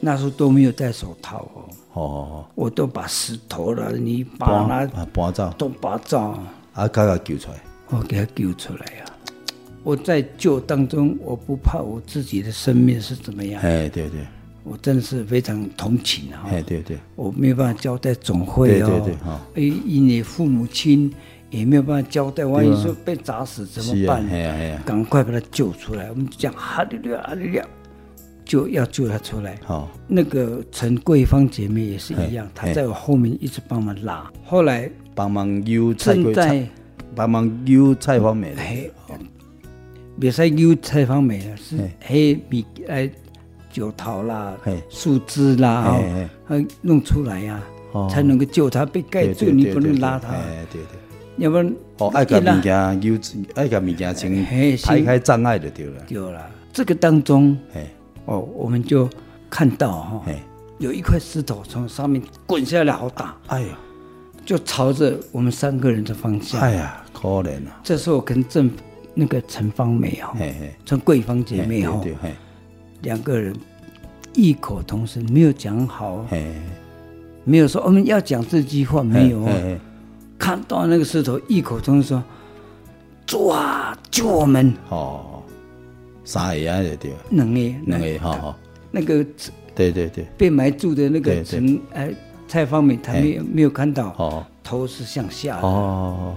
[SPEAKER 3] 那时候都没有戴手套哦，
[SPEAKER 2] 哦哦，
[SPEAKER 3] 我都把石头了、泥巴
[SPEAKER 2] 搬
[SPEAKER 3] 啦、
[SPEAKER 2] 啊搬走，
[SPEAKER 3] 都把照，
[SPEAKER 2] 啊，甲甲救出来，
[SPEAKER 3] 我给他救出来呀、我在救当中，我不怕我自己的生命是怎么样，
[SPEAKER 2] 嘿，对对，
[SPEAKER 3] 我真是非常同情啊、
[SPEAKER 2] 嘿，对对，
[SPEAKER 3] 我没有办法交代总会哦，
[SPEAKER 2] 对对对哈
[SPEAKER 3] 哎，因你父母亲也没有办法交代，万一说被砸死怎
[SPEAKER 2] 啊是
[SPEAKER 3] 么
[SPEAKER 2] 啊
[SPEAKER 3] 办，？
[SPEAKER 2] 嘿啊嘿啊，
[SPEAKER 3] 赶快把他救出来！我们讲哈利路亚，哈利路亚，就要救他出来。
[SPEAKER 2] 好，
[SPEAKER 3] 那个陈桂芳姐妹也是一样
[SPEAKER 2] 嘿，
[SPEAKER 3] 她在我后面一直帮忙拉。后来
[SPEAKER 2] 帮忙揪菜
[SPEAKER 3] 正
[SPEAKER 2] 瓜
[SPEAKER 3] 在
[SPEAKER 2] 菜，帮忙揪菜方面的，
[SPEAKER 3] 嘿，别使有采方面啊，是
[SPEAKER 2] 嘿
[SPEAKER 3] 黑米哎，酒桃啦
[SPEAKER 2] 嘿、
[SPEAKER 3] 树枝啦，
[SPEAKER 2] 嘿嘿
[SPEAKER 3] 哦，呃弄出来呀
[SPEAKER 2] 哦，
[SPEAKER 3] 才能够救他。被盖
[SPEAKER 2] 对
[SPEAKER 3] 住，哎你不能拉他，
[SPEAKER 2] 哎，对对，
[SPEAKER 3] 要不然
[SPEAKER 2] 哦，爱甲
[SPEAKER 3] 一拉
[SPEAKER 2] 物件揪，爱甲物件
[SPEAKER 3] 嘿
[SPEAKER 2] 先
[SPEAKER 3] 是
[SPEAKER 2] 排开障碍就对了，
[SPEAKER 3] 丢了。这个当中
[SPEAKER 2] 嘿，
[SPEAKER 3] 哦，我们就看到哈、
[SPEAKER 2] 嘿，
[SPEAKER 3] 有一块石头从上面滚下来，好大，
[SPEAKER 2] 哎呀，
[SPEAKER 3] 就朝着我们三个人的方向。
[SPEAKER 2] 哎呀，可怜啊，
[SPEAKER 3] 这时候跟郑那个陈芳梅哈、
[SPEAKER 2] 嘿嘿，
[SPEAKER 3] 陈桂芳姐
[SPEAKER 2] 嘿
[SPEAKER 3] 妹哈、
[SPEAKER 2] 对对，嘿，
[SPEAKER 3] 两个人异口同声，没有讲好，
[SPEAKER 2] 嘿，
[SPEAKER 3] 没有说我们要讲这句话，没有、
[SPEAKER 2] 嘿
[SPEAKER 3] 哦。
[SPEAKER 2] 嘿
[SPEAKER 3] 看到那个石头，异口同声说：“主啊，救我们
[SPEAKER 2] 哦，三个啊就对了，！”
[SPEAKER 3] 两个，
[SPEAKER 2] 两个哈哈，
[SPEAKER 3] 那个
[SPEAKER 2] 对对对，
[SPEAKER 3] 被埋住的那
[SPEAKER 2] 对哎
[SPEAKER 3] 个
[SPEAKER 2] 对
[SPEAKER 3] 陈哎蔡芳梅，她没有没有看到，
[SPEAKER 2] 哦
[SPEAKER 3] 头是向下
[SPEAKER 2] 哦
[SPEAKER 3] 的。
[SPEAKER 2] 哦，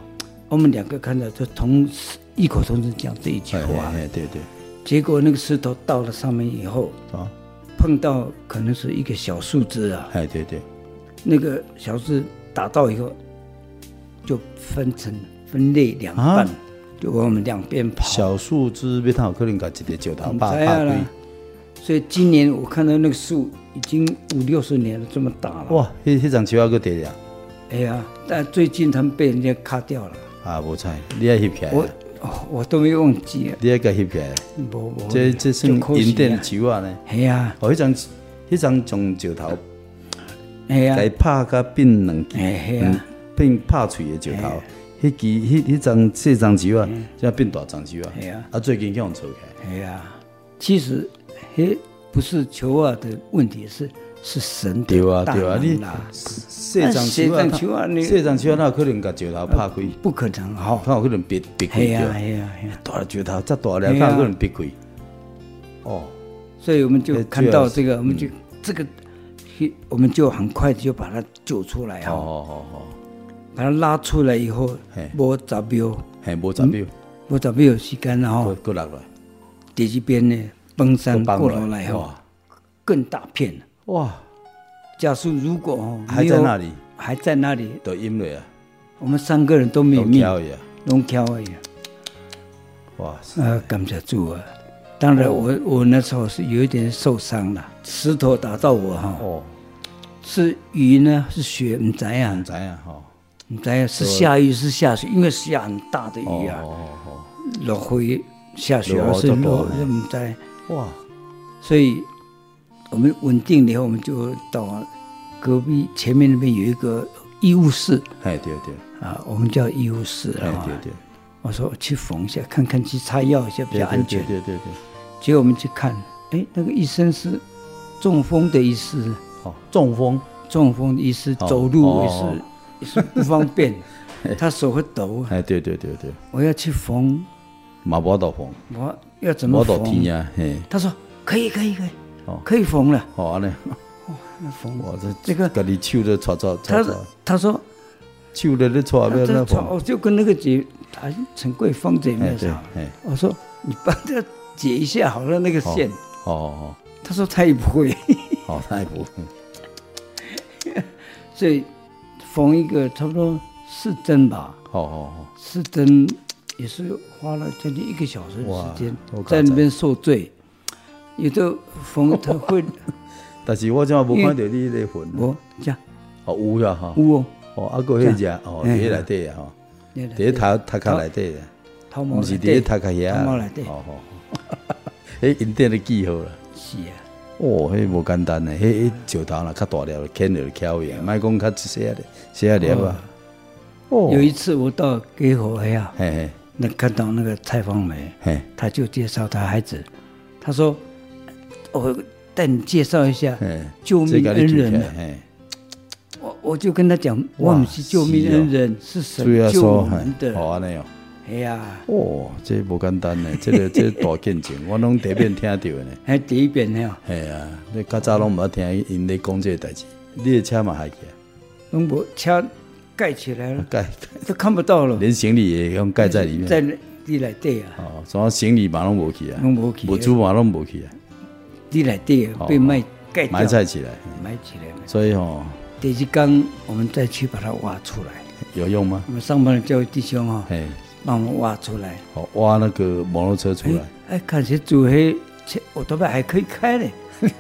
[SPEAKER 3] 我们两个看到就同时异口同声讲这一句
[SPEAKER 2] 嘿嘿
[SPEAKER 3] 话，
[SPEAKER 2] 嘿，对对，
[SPEAKER 3] 结果那个石头到了上面以后，
[SPEAKER 2] 哦，
[SPEAKER 3] 碰到可能是一个小树枝啊，
[SPEAKER 2] 哎对对，
[SPEAKER 3] 那个小树打到以后，就分成分裂两
[SPEAKER 2] 啊
[SPEAKER 3] 半，就往我们两边跑。
[SPEAKER 2] 小树枝要它有可能甲一个石头
[SPEAKER 3] 我们
[SPEAKER 2] 拍
[SPEAKER 3] 知道
[SPEAKER 2] 拍
[SPEAKER 3] 啦
[SPEAKER 2] 开。
[SPEAKER 3] 所以今年我看到那个树已经五六十年了，这么大了。
[SPEAKER 2] 哇，迄迄丛树还佫第俩，
[SPEAKER 3] 哎呀，但最近他们被人家卡掉了，
[SPEAKER 2] 啊，无彩，你爱翕起来，啊
[SPEAKER 3] 我哦我都没忘记啊了，
[SPEAKER 2] 你爱甲翕起来，啊
[SPEAKER 3] 我我
[SPEAKER 2] 这这算银锭树啊呢？
[SPEAKER 3] 哎呀
[SPEAKER 2] 哦，迄丛迄丛从石头，
[SPEAKER 3] 哎呀
[SPEAKER 2] 甲伊拍甲变两支，
[SPEAKER 3] 哎嘿
[SPEAKER 2] 嗯
[SPEAKER 3] 啊，哎
[SPEAKER 2] 变拍碎的石头，迄支迄迄丛细丛树啊，才变大丛树啊
[SPEAKER 3] 哎呀，
[SPEAKER 2] 啊，最近叫人找起来，
[SPEAKER 3] 哎呀，其实嘿不是求啊的问题，是是神的
[SPEAKER 2] 对啊
[SPEAKER 3] 大
[SPEAKER 2] 对啊，你
[SPEAKER 3] 能啦
[SPEAKER 2] 细丛树
[SPEAKER 3] 那细丛树啊
[SPEAKER 2] 啊，
[SPEAKER 3] 你哦
[SPEAKER 2] 细丛树啊，哪有可能甲石头拍开？
[SPEAKER 3] 不可能哈。
[SPEAKER 2] 看有可能别别开
[SPEAKER 3] 哎呀哎
[SPEAKER 2] 着，
[SPEAKER 3] 呀哎呀，
[SPEAKER 2] 大石头再大了，
[SPEAKER 3] 嘿啊
[SPEAKER 2] 看有可能别开，哦。
[SPEAKER 3] 所以我们就
[SPEAKER 2] 哎
[SPEAKER 3] 看到这个，我们就这个，嘿我们就很快就把它救出来
[SPEAKER 2] 哦
[SPEAKER 3] 哈，
[SPEAKER 2] 哦哦哦，
[SPEAKER 3] 把它拉出来以后
[SPEAKER 2] 嘿，
[SPEAKER 3] 无十秒，
[SPEAKER 2] 嘿，无十秒，
[SPEAKER 3] 无十秒时间啊了
[SPEAKER 2] 过
[SPEAKER 3] 哈，
[SPEAKER 2] 过落来，
[SPEAKER 3] 第一边呢，崩山
[SPEAKER 2] 放
[SPEAKER 3] 过楼来哈，
[SPEAKER 2] 哇
[SPEAKER 3] 更大片了。
[SPEAKER 2] 哇，
[SPEAKER 3] 假设如果哦
[SPEAKER 2] 还在那，里
[SPEAKER 3] 没有还在那里，
[SPEAKER 2] 都淹了啊，
[SPEAKER 3] 我们三个人都没有
[SPEAKER 2] 都
[SPEAKER 3] 命，
[SPEAKER 2] 飘呀，
[SPEAKER 3] 拢挑而已。
[SPEAKER 2] 哇，
[SPEAKER 3] 啊，感谢主啊！当然我，我那时候是有一点受伤了，石头打到我哈、
[SPEAKER 2] 哦，
[SPEAKER 3] 是雨呢，是雪，唔知啊
[SPEAKER 2] 唔，知啊，吼，
[SPEAKER 3] 唔知啊，是下雨是下雪，因为下很大的
[SPEAKER 2] 哦
[SPEAKER 3] 雨啊，
[SPEAKER 2] 哦
[SPEAKER 3] 落灰下雪
[SPEAKER 2] 落雨
[SPEAKER 3] 还是
[SPEAKER 2] 就
[SPEAKER 3] 落，
[SPEAKER 2] 大
[SPEAKER 3] 唔知，
[SPEAKER 2] 哦，哇，
[SPEAKER 3] 所以我们稳定了以后，我们就到隔壁前面那边有一个医务室
[SPEAKER 2] 嘿，对对，
[SPEAKER 3] 啊，我们叫医务室
[SPEAKER 2] 嘿
[SPEAKER 3] 啊
[SPEAKER 2] 对。对，
[SPEAKER 3] 我说我去缝一下，看看去擦药一下比
[SPEAKER 2] 对
[SPEAKER 3] 较安
[SPEAKER 2] 对
[SPEAKER 3] 全。
[SPEAKER 2] 对对对，
[SPEAKER 3] 结果我们去看，哎，那个医生是中风的医师，
[SPEAKER 2] 哦，中风，
[SPEAKER 3] 中风的医师
[SPEAKER 2] 哦
[SPEAKER 3] 走路也是、
[SPEAKER 2] 哦
[SPEAKER 3] 也是不方 便，他手会抖。啊
[SPEAKER 2] 哎，对对对对，
[SPEAKER 3] 我要去缝，
[SPEAKER 2] 嘛无到风，
[SPEAKER 3] 我要怎么
[SPEAKER 2] 无到
[SPEAKER 3] 缝？
[SPEAKER 2] 天啊，嘿，
[SPEAKER 3] 他说可以，可以，可以，
[SPEAKER 2] 哦
[SPEAKER 3] 可以缝了，
[SPEAKER 2] 好安尼，
[SPEAKER 3] 那缝。
[SPEAKER 2] 哇，这
[SPEAKER 3] 这个
[SPEAKER 2] 家己手都搓搓
[SPEAKER 3] 他
[SPEAKER 2] 搓搓，
[SPEAKER 3] 他说
[SPEAKER 2] 手都咧搓
[SPEAKER 3] 啊
[SPEAKER 2] 哦要安
[SPEAKER 3] 这
[SPEAKER 2] 怎
[SPEAKER 3] 床
[SPEAKER 2] 缝，
[SPEAKER 3] 我就跟那个姐，啊，陈桂芳姐
[SPEAKER 2] 哎
[SPEAKER 3] 妹
[SPEAKER 2] 对
[SPEAKER 3] 说，，
[SPEAKER 2] 嘿，
[SPEAKER 3] 我说你帮他解一下好了那个线。
[SPEAKER 2] 哦哦
[SPEAKER 3] 他说他也不会，
[SPEAKER 2] 哦，好，太不，
[SPEAKER 3] 所以缝一个差不多是真吧？
[SPEAKER 2] 好好好，
[SPEAKER 3] 是真也是花了将近一个小时的
[SPEAKER 2] 哇
[SPEAKER 3] 时间
[SPEAKER 2] 我，
[SPEAKER 3] 在
[SPEAKER 2] 靠
[SPEAKER 3] 那边受罪，有的逢他会
[SPEAKER 2] 但是我怎么无看到你那啊份？
[SPEAKER 3] 我这样
[SPEAKER 2] 哦，有呀哈，
[SPEAKER 3] 有哦，
[SPEAKER 2] 哦，啊个迄只哦，伫
[SPEAKER 3] 嘿
[SPEAKER 2] 迄内底啊，吼，
[SPEAKER 3] 你
[SPEAKER 2] 伫迄头头壳内底啊，
[SPEAKER 3] 头毛
[SPEAKER 2] 毋是
[SPEAKER 3] 内
[SPEAKER 2] 伫
[SPEAKER 3] 底
[SPEAKER 2] 迄头壳遐啊，
[SPEAKER 3] 头毛内底
[SPEAKER 2] 哦哦， 迄因顶的记号啦。
[SPEAKER 3] 是啊，
[SPEAKER 2] 哦，迄无简单诶，迄迄石头若较大粒，牵落翘去，啊莫讲较一些粒，些粒啊。哦，
[SPEAKER 3] 有一次我到给火黑啊，
[SPEAKER 2] 嘿嘿
[SPEAKER 3] 那看到那个蔡芳梅，
[SPEAKER 2] 嘿，
[SPEAKER 3] 他就介绍他孩子，他说：“哦我带你介绍 一下
[SPEAKER 2] 嘿
[SPEAKER 3] 救
[SPEAKER 2] 这
[SPEAKER 3] 命
[SPEAKER 2] 甲
[SPEAKER 3] 恩
[SPEAKER 2] 你救起
[SPEAKER 3] 人
[SPEAKER 2] 来
[SPEAKER 3] 啊。
[SPEAKER 2] 嘿，”
[SPEAKER 3] 我我就跟他讲，
[SPEAKER 2] 哇啊
[SPEAKER 3] 我们是救命恩人，是
[SPEAKER 2] 主要
[SPEAKER 3] 神救
[SPEAKER 2] 说
[SPEAKER 3] 我
[SPEAKER 2] 嘿
[SPEAKER 3] 们，
[SPEAKER 2] 好
[SPEAKER 3] 的。
[SPEAKER 2] 安尼哦。
[SPEAKER 3] 哎呀，
[SPEAKER 2] 哦，这无简单呢，这个这大见证，我拢第一遍听到呢。
[SPEAKER 3] 还第一遍呢，
[SPEAKER 2] 嘿啊，你较早拢毋捌听因咧讲这个代志，你的车嘛还去
[SPEAKER 3] 拢我车盖起来
[SPEAKER 2] 啊
[SPEAKER 3] 了，，
[SPEAKER 2] 盖
[SPEAKER 3] 都看不到了，
[SPEAKER 2] 连行李也用盖在里面。
[SPEAKER 3] 在地内底啊，
[SPEAKER 2] 哦，所以行李嘛拢无去啊，
[SPEAKER 3] 拢无去啊
[SPEAKER 2] 物资嘛拢无去啊，
[SPEAKER 3] 地内底啊
[SPEAKER 2] 哦
[SPEAKER 3] 被卖盖掉
[SPEAKER 2] 埋菜起来。
[SPEAKER 3] 埋起来了。
[SPEAKER 2] 所以哦，
[SPEAKER 3] 第一缸我们再去把它挖出来，
[SPEAKER 2] 有用吗
[SPEAKER 3] 我？们上班的教育弟兄啊，
[SPEAKER 2] 嘿，
[SPEAKER 3] 帮我们挖出来。
[SPEAKER 2] 哦，挖那个摩托车出来
[SPEAKER 3] 哎，哎，看谁组黑，切我多半哦还可以开呢，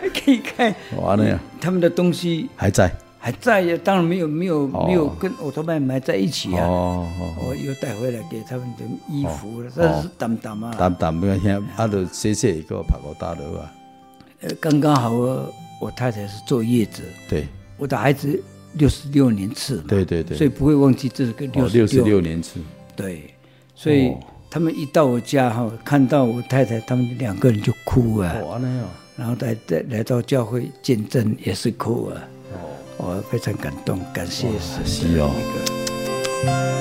[SPEAKER 3] 还可以开。
[SPEAKER 2] 哇那样
[SPEAKER 3] 他们的东西
[SPEAKER 2] 啊还在。
[SPEAKER 3] 还在呀，当然没有没有、
[SPEAKER 2] 哦
[SPEAKER 3] 没有跟奥特曼埋在一起啊。
[SPEAKER 2] 哦哦
[SPEAKER 3] 我又带回来给他们的衣服，
[SPEAKER 2] 哦
[SPEAKER 3] 但是淡淡
[SPEAKER 2] 哦，
[SPEAKER 3] 啊，
[SPEAKER 2] 淡淡个遐，啊，就细细个拍个大楼啊，
[SPEAKER 3] 呃刚刚好我我太太是做叶子，
[SPEAKER 2] 对
[SPEAKER 3] 我的孩子六十六年次嘛，
[SPEAKER 2] 对对对
[SPEAKER 3] 所以不会忘记这个
[SPEAKER 2] 哦，
[SPEAKER 3] 六
[SPEAKER 2] 六十
[SPEAKER 3] 十
[SPEAKER 2] 六年次，
[SPEAKER 3] 对，所以
[SPEAKER 2] 哦
[SPEAKER 3] 他们一到我家哈，看到我太太，他们两个人就哭啊。
[SPEAKER 2] 哦，安尼哦，
[SPEAKER 3] 然后来来来到教会见证也是哭啊，
[SPEAKER 2] 哦，
[SPEAKER 3] 我非常感动，感谢神
[SPEAKER 2] 是
[SPEAKER 3] 的
[SPEAKER 2] 哦
[SPEAKER 3] 那个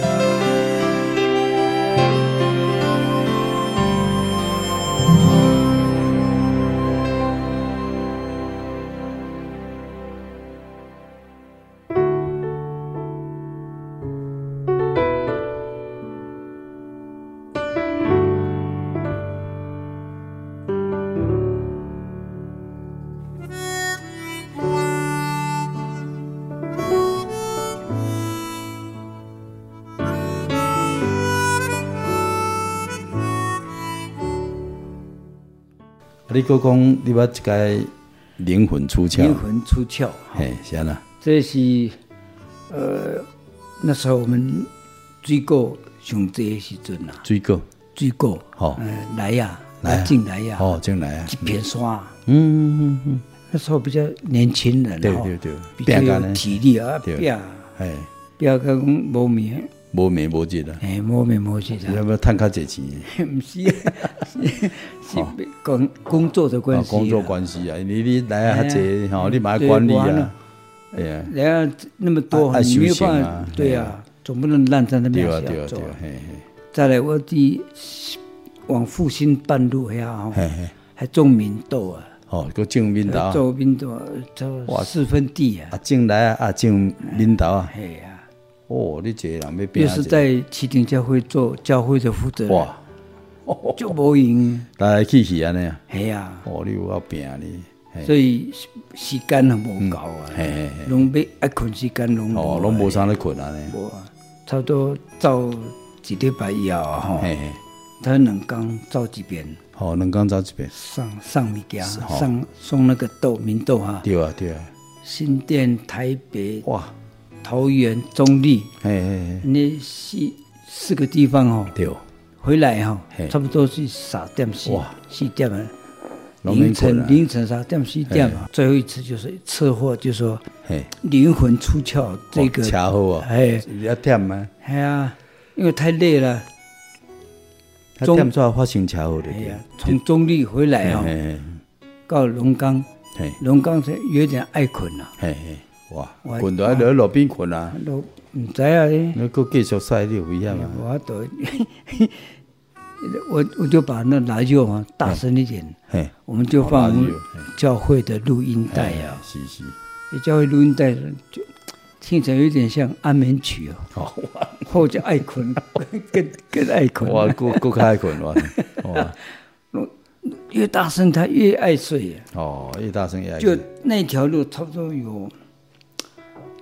[SPEAKER 2] 啊你佫讲你捌一个灵魂出窍
[SPEAKER 3] 灵，魂出窍。
[SPEAKER 2] 嘿，是安啦，
[SPEAKER 3] 这是呃那时候我们追过上帝的时阵呐、啊，
[SPEAKER 2] 水果，
[SPEAKER 3] 追过
[SPEAKER 2] 好
[SPEAKER 3] 呃来呀、
[SPEAKER 2] 来啊
[SPEAKER 3] 来进来呀、
[SPEAKER 2] 哦，进来啊
[SPEAKER 3] 一，片山啊。
[SPEAKER 2] 嗯嗯嗯
[SPEAKER 3] 那时候比较年轻人、哦，
[SPEAKER 2] 对对对
[SPEAKER 3] 比较
[SPEAKER 2] 拼干
[SPEAKER 3] 有
[SPEAKER 2] 呢
[SPEAKER 3] 体力啊，
[SPEAKER 2] 对
[SPEAKER 3] 拼
[SPEAKER 2] 嗯，嘿，
[SPEAKER 3] 拼个讲无眠，
[SPEAKER 2] 无眠无日啊，
[SPEAKER 3] 哎，无眠无睡的。
[SPEAKER 2] 要不要趁较济钱？
[SPEAKER 3] 唔是， 是是工工作的关
[SPEAKER 2] 啊，
[SPEAKER 3] 系啦，
[SPEAKER 2] 哦工作关系啊，你你来啊较济，
[SPEAKER 3] 哎
[SPEAKER 2] 吼，你嘛要管理
[SPEAKER 3] 对我
[SPEAKER 2] 啊
[SPEAKER 3] 呢，
[SPEAKER 2] 哎呀，
[SPEAKER 3] 人家那么多，
[SPEAKER 2] 啊啊
[SPEAKER 3] 你没有办
[SPEAKER 2] 修行
[SPEAKER 3] 法
[SPEAKER 2] 啊，
[SPEAKER 3] 对
[SPEAKER 2] 哎
[SPEAKER 3] 啊，总不能烂在那
[SPEAKER 2] 对
[SPEAKER 3] 边
[SPEAKER 2] 啊
[SPEAKER 3] 瞎
[SPEAKER 2] 对啊
[SPEAKER 3] 做
[SPEAKER 2] 对。啊，嘿嘿。
[SPEAKER 3] 再来，我伫往复兴半路遐吼
[SPEAKER 2] 嘿嘿，
[SPEAKER 3] 还种棉豆啊，
[SPEAKER 2] 哦，个种面头
[SPEAKER 3] 还
[SPEAKER 2] 啊，
[SPEAKER 3] 种棉豆啊，做四分地啊
[SPEAKER 2] 啊，种来啊，啊种面头啊，
[SPEAKER 3] 哎呀，
[SPEAKER 2] 哦，你一个人要变
[SPEAKER 3] 又
[SPEAKER 2] 啊
[SPEAKER 3] 是
[SPEAKER 2] 一个
[SPEAKER 3] 在启顶教会做教会的负责人，
[SPEAKER 2] 哇，
[SPEAKER 3] 就无用，
[SPEAKER 2] 来来去去安尼啊，
[SPEAKER 3] 哎呀，
[SPEAKER 2] 哦，你有要拼你，嘿嗯
[SPEAKER 3] 所以时时间也无够啊，
[SPEAKER 2] 嘿嘿嘿，
[SPEAKER 3] 拢要一困时间拢
[SPEAKER 2] 哦，拢无啥咧困安尼，
[SPEAKER 3] 我差不多照一礼拜以后啊，吼，
[SPEAKER 2] 嘿嘿，
[SPEAKER 3] 他两工照一遍，
[SPEAKER 2] 哦，两工走一遍，
[SPEAKER 3] 上上物件，
[SPEAKER 2] 吼
[SPEAKER 3] 上送那个豆明豆哈，
[SPEAKER 2] 对啊对啊，
[SPEAKER 3] 新店、台北、
[SPEAKER 2] 哇，
[SPEAKER 3] 桃园、中立，
[SPEAKER 2] 嘿嘿嘿，
[SPEAKER 3] 那四四个地方哦，
[SPEAKER 2] 对，
[SPEAKER 3] 回来哈
[SPEAKER 2] 嘿，
[SPEAKER 3] 差不多是三点四
[SPEAKER 2] 哇
[SPEAKER 3] 四点啊。
[SPEAKER 2] 拢免
[SPEAKER 3] 凌
[SPEAKER 2] 困
[SPEAKER 3] 晨
[SPEAKER 2] 啊
[SPEAKER 3] 凌晨三点四点嘛，最后一次就是车祸，就说
[SPEAKER 2] 嘿，
[SPEAKER 3] 灵魂出窍这个
[SPEAKER 2] 哦车祸啊，
[SPEAKER 3] 哎，
[SPEAKER 2] 你啊忝啊，
[SPEAKER 3] 哎呀，因为太累了，
[SPEAKER 2] 啊
[SPEAKER 3] 中
[SPEAKER 2] 忝煞发生车祸的
[SPEAKER 3] 哎
[SPEAKER 2] 对
[SPEAKER 3] 呀
[SPEAKER 2] 了，，
[SPEAKER 3] 从中立回
[SPEAKER 2] 嘿
[SPEAKER 3] 来哦，
[SPEAKER 2] 嘿
[SPEAKER 3] 到龙岗，
[SPEAKER 2] 嘿嘿
[SPEAKER 3] 龙岗是有点爱困啦，
[SPEAKER 2] 嘿嘿，哇，
[SPEAKER 3] 我
[SPEAKER 2] 困到喺路边困啊，
[SPEAKER 3] 都唔知啊咧，
[SPEAKER 2] 你佫继续晒你有危险啊，
[SPEAKER 3] 我都， 我我就把那radio 啊大声一点，
[SPEAKER 2] 嘿，
[SPEAKER 3] 我们就哎放我们
[SPEAKER 2] 哦
[SPEAKER 3] 教会的录音带啊，
[SPEAKER 2] 是是，
[SPEAKER 3] 教会录音带就听起来有点像安眠曲哦，
[SPEAKER 2] 好。
[SPEAKER 3] 或者爱 困，更更爱困，
[SPEAKER 2] 我够够开困 了，哇！
[SPEAKER 3] 越大声他越爱睡啊。
[SPEAKER 2] 哦，越大声越爱
[SPEAKER 3] 就
[SPEAKER 2] 听
[SPEAKER 3] 那条路差不多有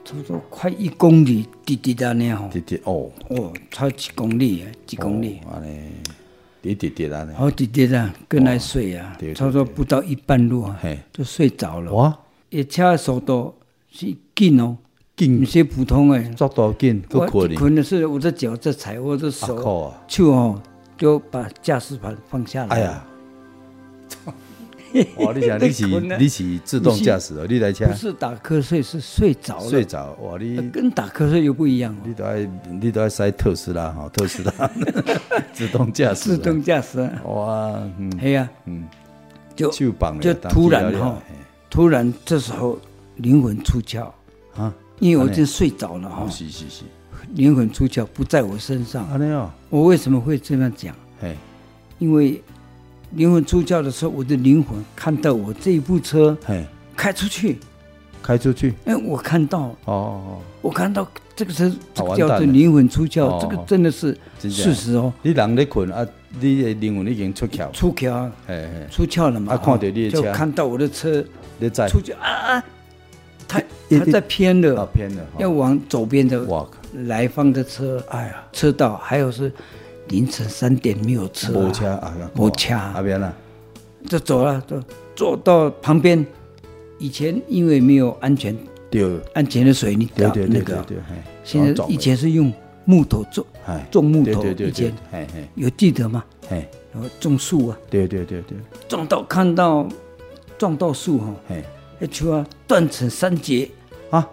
[SPEAKER 3] 差不多快一公里，滴滴安尼吼，
[SPEAKER 2] 直直哦，
[SPEAKER 3] 哦，超一公里啊，一公里，
[SPEAKER 2] 哦安尼，直直直安尼，
[SPEAKER 3] 好几滴啊，跟来睡啊
[SPEAKER 2] 哦对对，
[SPEAKER 3] 差不多不到一半路啊
[SPEAKER 2] 嘿，
[SPEAKER 3] 就睡着了。
[SPEAKER 2] 哇，
[SPEAKER 3] 也车的速度是紧哦，
[SPEAKER 2] 紧
[SPEAKER 3] 不是普通诶。
[SPEAKER 2] 速度紧，够
[SPEAKER 3] 我
[SPEAKER 2] 可
[SPEAKER 3] 一
[SPEAKER 2] 能，
[SPEAKER 3] 困的是我的脚在踩，我的
[SPEAKER 2] 啊靠
[SPEAKER 3] 手、
[SPEAKER 2] 啊，
[SPEAKER 3] 手哦，就把驾驶盘放下来。
[SPEAKER 2] 哎呀，哇，你想你 是
[SPEAKER 3] 哎困啊
[SPEAKER 2] 你是自动驾驶哦，你来车
[SPEAKER 3] 不是打瞌睡，是睡着了。
[SPEAKER 2] 睡着，哇你。
[SPEAKER 3] 跟打瞌睡又不一样哦。
[SPEAKER 2] 你都爱，你都爱塞特斯拉哈，特斯 拉自动驾驶啊，
[SPEAKER 3] 自动驾驶啊，
[SPEAKER 2] 哇，嗯，
[SPEAKER 3] 嘿呀，
[SPEAKER 2] 嗯，
[SPEAKER 3] 就
[SPEAKER 2] 手绑了
[SPEAKER 3] 就
[SPEAKER 2] 当
[SPEAKER 3] 突
[SPEAKER 2] 机了
[SPEAKER 3] 然
[SPEAKER 2] 了
[SPEAKER 3] 哈
[SPEAKER 2] 嘿，
[SPEAKER 3] 突然这时候灵魂出窍，
[SPEAKER 2] 啊，
[SPEAKER 3] 因为我已经睡着了哈
[SPEAKER 2] 哦，，是是是，
[SPEAKER 3] 灵魂出窍不在我身上。
[SPEAKER 2] 安尼哦，
[SPEAKER 3] 我为什么会这样讲？
[SPEAKER 2] 嘿，
[SPEAKER 3] 因为灵魂出窍的时候，我的灵魂看到我这一部车
[SPEAKER 2] 嘿，
[SPEAKER 3] 开出去，
[SPEAKER 2] 开出去，
[SPEAKER 3] 哎，我看到，
[SPEAKER 2] 哦哦，哦
[SPEAKER 3] 我看到这个车，
[SPEAKER 2] 啊
[SPEAKER 3] 这个
[SPEAKER 2] 完蛋
[SPEAKER 3] 叫做
[SPEAKER 2] 了
[SPEAKER 3] 灵魂出
[SPEAKER 2] 哦
[SPEAKER 3] 窍，这个真的是
[SPEAKER 2] 真的啊
[SPEAKER 3] 事实哦，
[SPEAKER 2] 你人咧困啊，你的灵魂已经出窍，
[SPEAKER 3] 出窍啊
[SPEAKER 2] 嘿嘿，
[SPEAKER 3] 出窍了嘛，
[SPEAKER 2] 啊
[SPEAKER 3] 哦
[SPEAKER 2] 看到你的车
[SPEAKER 3] 就看到我的车
[SPEAKER 2] 你在
[SPEAKER 3] 出去啊啊，他
[SPEAKER 2] 一
[SPEAKER 3] 他在偏了，
[SPEAKER 2] 啊偏了，
[SPEAKER 3] 要往左边的
[SPEAKER 2] 哇靠，
[SPEAKER 3] 来方的车
[SPEAKER 2] 哎呀，
[SPEAKER 3] 车道，还有是凌晨三点没有车、
[SPEAKER 2] 无车啊，啊
[SPEAKER 3] 没车
[SPEAKER 2] 啊边啦，
[SPEAKER 3] 就走了，就坐到旁边。以前因为没有安全
[SPEAKER 2] 对，
[SPEAKER 3] 安全的水泥
[SPEAKER 2] 对
[SPEAKER 3] 道
[SPEAKER 2] 对
[SPEAKER 3] 那
[SPEAKER 2] 对对
[SPEAKER 3] 个，啊
[SPEAKER 2] 对，嘿，哦
[SPEAKER 3] 现在
[SPEAKER 2] 撞了
[SPEAKER 3] 以，前是用木头种
[SPEAKER 2] 哎，
[SPEAKER 3] 种木
[SPEAKER 2] 对
[SPEAKER 3] 头，
[SPEAKER 2] 对对对
[SPEAKER 3] 以前，
[SPEAKER 2] 嘿嘿，
[SPEAKER 3] 有记得吗？
[SPEAKER 2] 嘿，
[SPEAKER 3] 然后种树啊，
[SPEAKER 2] 对对对对，
[SPEAKER 3] 撞到看到撞到树哈、
[SPEAKER 2] 嘿，
[SPEAKER 3] 那树啊断成三截，
[SPEAKER 2] 啊，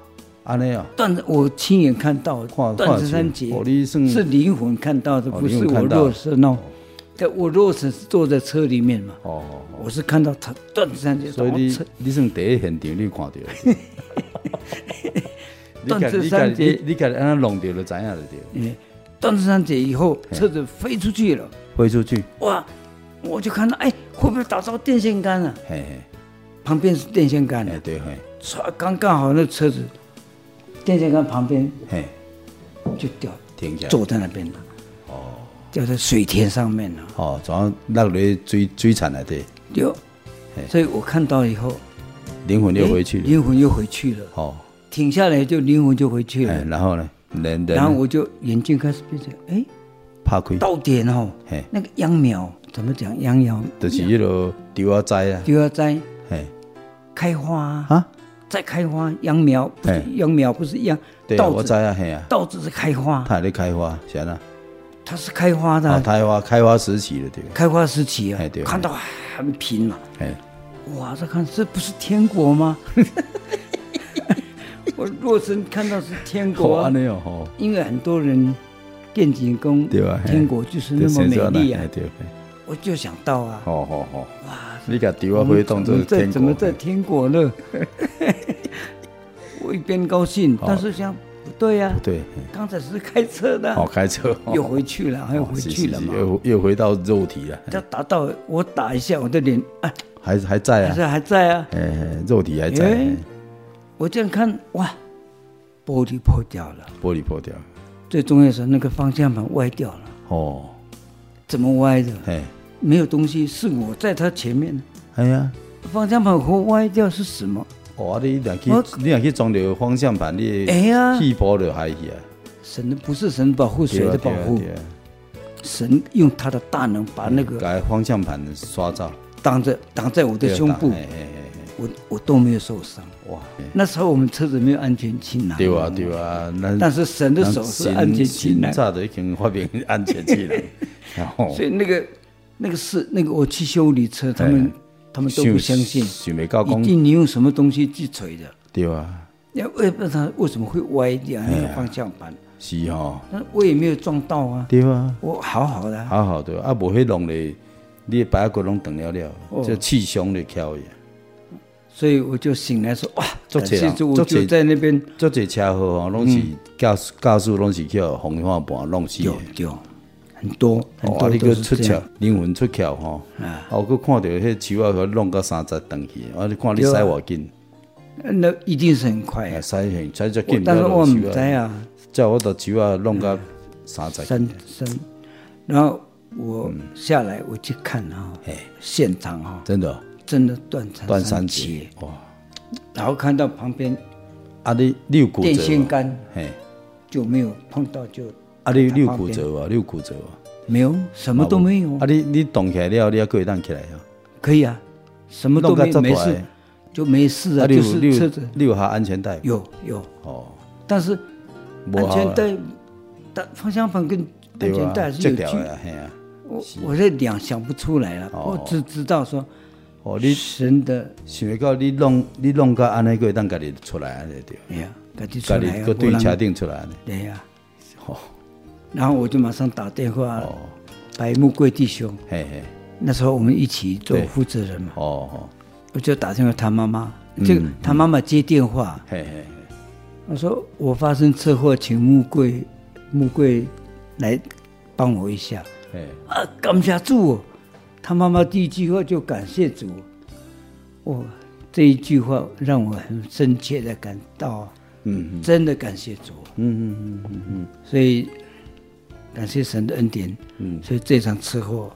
[SPEAKER 2] 安尼哦。
[SPEAKER 3] 断我亲眼看到
[SPEAKER 2] 看
[SPEAKER 3] 断成
[SPEAKER 2] 看
[SPEAKER 3] 三
[SPEAKER 2] 起
[SPEAKER 3] 截
[SPEAKER 2] 来哦，你算
[SPEAKER 3] 是灵魂看到的，
[SPEAKER 2] 哦
[SPEAKER 3] 不是
[SPEAKER 2] 灵魂
[SPEAKER 3] 我
[SPEAKER 2] 看到
[SPEAKER 3] 肉身哦。但我肉身是坐在车里面嘛，
[SPEAKER 2] 哦哦，哦
[SPEAKER 3] 我是看到他断成三截，
[SPEAKER 2] 所以
[SPEAKER 3] 然后
[SPEAKER 2] 你
[SPEAKER 3] 车
[SPEAKER 2] 你算第一现场你有看 到。你
[SPEAKER 3] 断
[SPEAKER 2] 家
[SPEAKER 3] 指
[SPEAKER 2] 你家
[SPEAKER 3] 山节
[SPEAKER 2] 你你家安尼弄掉就知影就对了，
[SPEAKER 3] 嗯断成三截以后，车子飞出去了，
[SPEAKER 2] 飞出去，
[SPEAKER 3] 哇！我就看到，哎，会不会打到电线杆啊？
[SPEAKER 2] 嘿嘿，
[SPEAKER 3] 旁边是电线杆
[SPEAKER 2] 哎
[SPEAKER 3] 的，
[SPEAKER 2] 对嘿，
[SPEAKER 3] 唰刚刚好那车子，电线杆旁边
[SPEAKER 2] 嘿，
[SPEAKER 3] 就掉，
[SPEAKER 2] 停下来，
[SPEAKER 3] 坐在那边了。哦，掉在水田上面了。
[SPEAKER 2] 哦，怎样落落水水产内底，
[SPEAKER 3] 有
[SPEAKER 2] 嘿，
[SPEAKER 3] 所以我看到以后，
[SPEAKER 2] 灵魂又回去
[SPEAKER 3] 哎
[SPEAKER 2] 了，
[SPEAKER 3] 灵魂又回去了，
[SPEAKER 2] 哦，
[SPEAKER 3] 停下来就灵魂就回去了
[SPEAKER 2] 哎，。然后呢，人人
[SPEAKER 3] 然后我就眼睛开始变成，哎，
[SPEAKER 2] 拍开，
[SPEAKER 3] 到点哦
[SPEAKER 2] 嘿，
[SPEAKER 3] 那个秧苗怎么讲？秧苗
[SPEAKER 2] 就是迄落丢啊栽啊，
[SPEAKER 3] 就要栽
[SPEAKER 2] 嘿，
[SPEAKER 3] 开花啊，
[SPEAKER 2] 啊，
[SPEAKER 3] 再开花，秧苗不是
[SPEAKER 2] 哎
[SPEAKER 3] 秧苗不是秧
[SPEAKER 2] 对，啊，
[SPEAKER 3] 稻
[SPEAKER 2] 我知
[SPEAKER 3] 子，
[SPEAKER 2] 啊，嘿啊，
[SPEAKER 3] 稻子是开花，
[SPEAKER 2] 它还在开花，是安
[SPEAKER 3] 它是开花的
[SPEAKER 2] 啊，哦
[SPEAKER 3] 啊，
[SPEAKER 2] 开花开花时期了对了，
[SPEAKER 3] 开花时期啊
[SPEAKER 2] 哎对，
[SPEAKER 3] 看到很平啊嘛，
[SPEAKER 2] 嘿，
[SPEAKER 3] 哇，这看这不是天国吗？ 我若真看到是天
[SPEAKER 2] 好
[SPEAKER 3] 国啊
[SPEAKER 2] 安，尼哦，吼，
[SPEAKER 3] 因为很多人电警工
[SPEAKER 2] 对啊嘿
[SPEAKER 3] 天国就是那么美丽啊
[SPEAKER 2] 嘿，哎对，嘿
[SPEAKER 3] 我就想到啊，
[SPEAKER 2] 好好好。
[SPEAKER 3] 哇，
[SPEAKER 2] 你甲丢啊灰当
[SPEAKER 3] 我
[SPEAKER 2] 做
[SPEAKER 3] 们在
[SPEAKER 2] 天
[SPEAKER 3] 怎么
[SPEAKER 2] 国，
[SPEAKER 3] 在天国呢？ 我一边高兴，
[SPEAKER 2] 哦
[SPEAKER 3] 但是想不对呀、
[SPEAKER 2] 不对，嘿
[SPEAKER 3] 刚才是开车的啊，
[SPEAKER 2] 好开车，
[SPEAKER 3] 又回去了，还
[SPEAKER 2] 哦
[SPEAKER 3] 又回
[SPEAKER 2] 是
[SPEAKER 3] 去
[SPEAKER 2] 是
[SPEAKER 3] 了
[SPEAKER 2] 是
[SPEAKER 3] 嘛。
[SPEAKER 2] 又又回到肉体了，
[SPEAKER 3] 他打到我打一下我的脸，啊，
[SPEAKER 2] 还还在
[SPEAKER 3] 还
[SPEAKER 2] 啊，
[SPEAKER 3] 是还在啊。
[SPEAKER 2] 哎，嘿肉体还在，
[SPEAKER 3] 哎
[SPEAKER 2] 嘿
[SPEAKER 3] 我这样看，哇，玻璃破掉了，
[SPEAKER 2] 玻璃破掉，
[SPEAKER 3] 最重要的是那个方向盘歪掉了，
[SPEAKER 2] 哦，
[SPEAKER 3] 怎么歪的？
[SPEAKER 2] 嘿，
[SPEAKER 3] 没有东西，是我在他前面，
[SPEAKER 2] 哎呀，
[SPEAKER 3] 方向盘和歪掉是什么？
[SPEAKER 2] 哦，啊你若去
[SPEAKER 3] 我
[SPEAKER 2] 你若去装着方向盘，你
[SPEAKER 3] 哎呀
[SPEAKER 2] 气波就嗨去啊，
[SPEAKER 3] 神的不是神保护，
[SPEAKER 2] 对
[SPEAKER 3] 谁
[SPEAKER 2] 啊
[SPEAKER 3] 的保护？
[SPEAKER 2] 对啊对啊
[SPEAKER 3] 神用他的大能把啊那个
[SPEAKER 2] 把方向盘刷走，
[SPEAKER 3] 挡着挡在我的
[SPEAKER 2] 对啊
[SPEAKER 3] 胸部
[SPEAKER 2] 打，嘿嘿嘿
[SPEAKER 3] 我我都没有受伤。
[SPEAKER 2] 嘿哇，嘿
[SPEAKER 3] 那时候我们车子没有安全气囊，
[SPEAKER 2] 对啊对啊，咱
[SPEAKER 3] 但是神的手是安全气
[SPEAKER 2] 咱神，
[SPEAKER 3] 囊
[SPEAKER 2] 早就已经发明安全气 囊，然后
[SPEAKER 3] 所以那个那个是那个我去修理车，他
[SPEAKER 2] 哎
[SPEAKER 3] 们他们都不相信，
[SPEAKER 2] 想袂到
[SPEAKER 3] 一
[SPEAKER 2] 讲
[SPEAKER 3] 定你用什么东西去锤的，
[SPEAKER 2] 对啊，
[SPEAKER 3] 要要不然它为什么会歪掉
[SPEAKER 2] 哎
[SPEAKER 3] 那个方向盘？
[SPEAKER 2] 是吼、
[SPEAKER 3] 那我也没有撞到啊，
[SPEAKER 2] 对啊，
[SPEAKER 3] 我好好的啊，
[SPEAKER 2] 好好对啊，啊无迄弄咧，你的白骨拢断了了，
[SPEAKER 3] 哦
[SPEAKER 2] 这气胸咧翘去，
[SPEAKER 3] 所以我就醒来说哇，
[SPEAKER 2] 足
[SPEAKER 3] 感
[SPEAKER 2] 多人
[SPEAKER 3] 谢主，我
[SPEAKER 2] 足多
[SPEAKER 3] 就
[SPEAKER 2] 人
[SPEAKER 3] 在那边
[SPEAKER 2] 足侪车祸吼，拢是
[SPEAKER 3] 嗯
[SPEAKER 2] 驾驶驾驶拢是去互方向盘弄死的
[SPEAKER 3] 有。有很多很
[SPEAKER 2] 哦，
[SPEAKER 3] 多
[SPEAKER 2] 啊！你
[SPEAKER 3] 都
[SPEAKER 2] 个
[SPEAKER 3] 是
[SPEAKER 2] 出
[SPEAKER 3] 这样
[SPEAKER 2] 窍，灵魂出窍吼，啊！我佫看到迄树啊，佮弄到三十长去，啊！你看你
[SPEAKER 3] 对
[SPEAKER 2] 驶
[SPEAKER 3] 啊
[SPEAKER 2] 偌紧，
[SPEAKER 3] 那一定是很快
[SPEAKER 2] 哎，
[SPEAKER 3] 啊。
[SPEAKER 2] 驶很驶足紧，
[SPEAKER 3] 但是我
[SPEAKER 2] 不
[SPEAKER 3] 唔
[SPEAKER 2] 要落
[SPEAKER 3] 知
[SPEAKER 2] 树啊，
[SPEAKER 3] 啊，
[SPEAKER 2] 叫我到树啊弄到三十去，
[SPEAKER 3] 三三，然后我
[SPEAKER 2] 嗯
[SPEAKER 3] 下来我去看啊、现场啊、
[SPEAKER 2] 真的哦
[SPEAKER 3] 真的断成
[SPEAKER 2] 断
[SPEAKER 3] 三
[SPEAKER 2] 三
[SPEAKER 3] 截
[SPEAKER 2] 节，，哇！
[SPEAKER 3] 然后看到旁边
[SPEAKER 2] 啊，你你有骨折
[SPEAKER 3] 电线
[SPEAKER 2] 无？
[SPEAKER 3] 杆
[SPEAKER 2] 嘿，
[SPEAKER 3] 就没有碰到就
[SPEAKER 2] 啊，你你有
[SPEAKER 3] 旁
[SPEAKER 2] 骨
[SPEAKER 3] 边
[SPEAKER 2] 折无？你有骨折无？
[SPEAKER 3] 没有，什么都没有
[SPEAKER 2] 啊，，你你动起来了，你还可以当起来啊？
[SPEAKER 3] 可以啊，什么都
[SPEAKER 2] 弄到
[SPEAKER 3] 没有
[SPEAKER 2] 这么大
[SPEAKER 3] 没
[SPEAKER 2] 的
[SPEAKER 3] 事，就没事
[SPEAKER 2] 啊，
[SPEAKER 3] 啊，
[SPEAKER 2] 你
[SPEAKER 3] 就
[SPEAKER 2] 有你
[SPEAKER 3] 是车
[SPEAKER 2] 有
[SPEAKER 3] 子
[SPEAKER 2] 你有下安全带无？
[SPEAKER 3] 有有，
[SPEAKER 2] 哦，
[SPEAKER 3] 但是
[SPEAKER 2] 没
[SPEAKER 3] 安
[SPEAKER 2] 效
[SPEAKER 3] 全
[SPEAKER 2] 啊
[SPEAKER 3] 带、但方向盘跟安
[SPEAKER 2] 对
[SPEAKER 3] 全
[SPEAKER 2] 啊
[SPEAKER 3] 带，是
[SPEAKER 2] 折
[SPEAKER 3] 有
[SPEAKER 2] 掉
[SPEAKER 3] 距
[SPEAKER 2] 的啊，嘿啊。
[SPEAKER 3] 我我这两想不出来了，
[SPEAKER 2] 哦
[SPEAKER 3] 我只知道说
[SPEAKER 2] 哦，你
[SPEAKER 3] 神的，
[SPEAKER 2] 想会到你弄你弄到安尼个当家己出来安尼对，
[SPEAKER 3] 哎呀，赶紧出
[SPEAKER 2] 家
[SPEAKER 3] 来
[SPEAKER 2] 己
[SPEAKER 3] 啊，
[SPEAKER 2] 个
[SPEAKER 3] 不
[SPEAKER 2] 对
[SPEAKER 3] 然
[SPEAKER 2] 车顶出来安尼。
[SPEAKER 3] 对呀、
[SPEAKER 2] 哦，
[SPEAKER 3] 然后我就马上打电话
[SPEAKER 2] 哦，
[SPEAKER 3] 白木贵弟兄，
[SPEAKER 2] 嘿嘿，
[SPEAKER 3] 那时候我们一起做
[SPEAKER 2] 对
[SPEAKER 3] 负责人嘛，
[SPEAKER 2] 哦哦，
[SPEAKER 3] 我就打电话他妈妈，这
[SPEAKER 2] 嗯
[SPEAKER 3] 个他妈妈接电话，
[SPEAKER 2] 嘿嘿，
[SPEAKER 3] 我说我发生车祸，请木贵木贵来帮我一下
[SPEAKER 2] 嘿，嘿
[SPEAKER 3] 啊，感谢主哦，他妈妈第一句话就感谢主，哇，这一句话让我很深切的感到，
[SPEAKER 2] 嗯
[SPEAKER 3] 真的感谢主，哦
[SPEAKER 2] 嗯嗯嗯嗯嗯，
[SPEAKER 3] 所以感谢神的恩典，所以这场车祸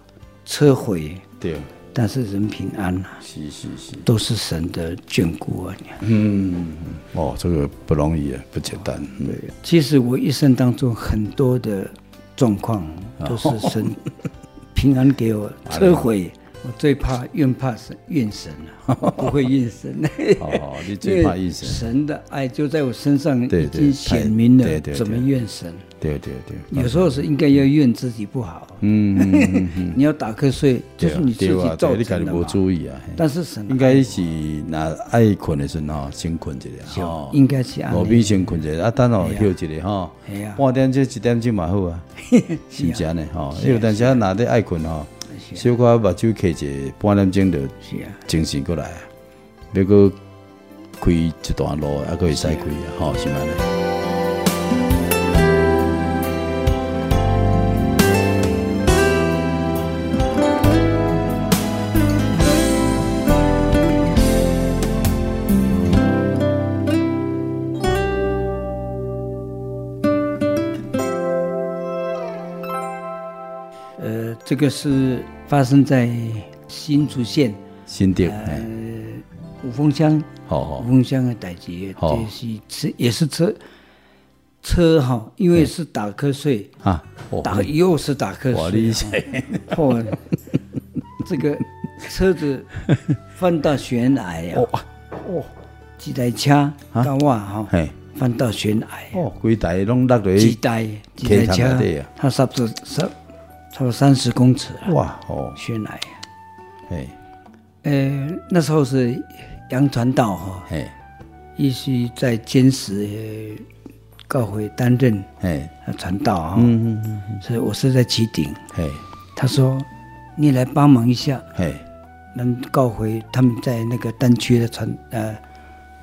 [SPEAKER 3] 车毁，
[SPEAKER 2] 对，
[SPEAKER 3] 但是人平安啊，
[SPEAKER 2] 是是是，
[SPEAKER 3] 都是神的眷顾啊。
[SPEAKER 2] 嗯，哦，这个不容易啊，不简单，嗯
[SPEAKER 3] 其实我一生当中很多的状况
[SPEAKER 2] 啊
[SPEAKER 3] 都是神平安给我，车毁我最怕怨怕神怨神了、啊，不会怨神。
[SPEAKER 2] 哦，你最怕
[SPEAKER 3] 因为
[SPEAKER 2] 医生，
[SPEAKER 3] 神的爱就在我身上
[SPEAKER 2] 对
[SPEAKER 3] 已
[SPEAKER 2] 对
[SPEAKER 3] 经显明
[SPEAKER 2] 太对
[SPEAKER 3] 了，
[SPEAKER 2] 对对
[SPEAKER 3] 怎么怨神？
[SPEAKER 2] 对对对，
[SPEAKER 3] 有时候是应该要怨自己不好，
[SPEAKER 2] 嗯嗯嗯嗯，
[SPEAKER 3] 你要打瞌睡
[SPEAKER 2] 对
[SPEAKER 3] 就是
[SPEAKER 2] 啊
[SPEAKER 3] 你自
[SPEAKER 2] 对
[SPEAKER 3] 己
[SPEAKER 2] 啊对啊
[SPEAKER 3] 造
[SPEAKER 2] 你家己
[SPEAKER 3] 成的
[SPEAKER 2] 无
[SPEAKER 3] 嘛。
[SPEAKER 2] 注意啊，嘿
[SPEAKER 3] 但是神
[SPEAKER 2] 应该是那爱困的时阵吼，先困一下吼
[SPEAKER 3] 就。应该是安
[SPEAKER 2] 路
[SPEAKER 3] 尼，
[SPEAKER 2] 边先困者，啊，等候休一下吼
[SPEAKER 3] 哎呀，
[SPEAKER 2] 半点钟一点钟嘛好啊，是毋是安尼吼？因为但是啊，啊若咧爱困吼，小可目睭开者半点钟就
[SPEAKER 3] 是啊，
[SPEAKER 2] 精神过来啊，要搁开一段路，啊，搁会使开啊，吼，是安尼。
[SPEAKER 3] 呃，这个是发生在新竹县
[SPEAKER 2] 心得，嘿
[SPEAKER 3] 五峰乡
[SPEAKER 2] 好好
[SPEAKER 3] 五，峰乡的代志，
[SPEAKER 2] 好
[SPEAKER 3] 这是车也是车车哈，因为是打瞌睡，
[SPEAKER 2] 啊，哦
[SPEAKER 3] 打又是打
[SPEAKER 2] 哇
[SPEAKER 3] 瞌
[SPEAKER 2] 你
[SPEAKER 3] 睡啊，嚯，这个车子翻到悬崖呀，
[SPEAKER 2] 哦啊
[SPEAKER 3] 哦，几台车到我啊哈
[SPEAKER 2] 嘿，
[SPEAKER 3] 翻到悬崖，啊
[SPEAKER 2] 哦，规台拢落落
[SPEAKER 3] 几
[SPEAKER 2] 去，
[SPEAKER 3] 台几台
[SPEAKER 2] 溪潭
[SPEAKER 3] 车
[SPEAKER 2] 内底啊，
[SPEAKER 3] 它差不多差差不多三十公尺啊，
[SPEAKER 2] 哇，哦，
[SPEAKER 3] 悬崖。啊
[SPEAKER 2] 嘿，
[SPEAKER 3] 呃，那时候是杨传道哈、
[SPEAKER 2] 嘿，
[SPEAKER 3] 一是在坚持呃教会担任
[SPEAKER 2] 嘿，
[SPEAKER 3] 呃传道啊、
[SPEAKER 2] 嗯嗯嗯，
[SPEAKER 3] 所以我是在起顶。
[SPEAKER 2] 嘿，
[SPEAKER 3] 他说：“你来帮忙一下，
[SPEAKER 2] 嘿，
[SPEAKER 3] 能告回他们在那个单区的传呃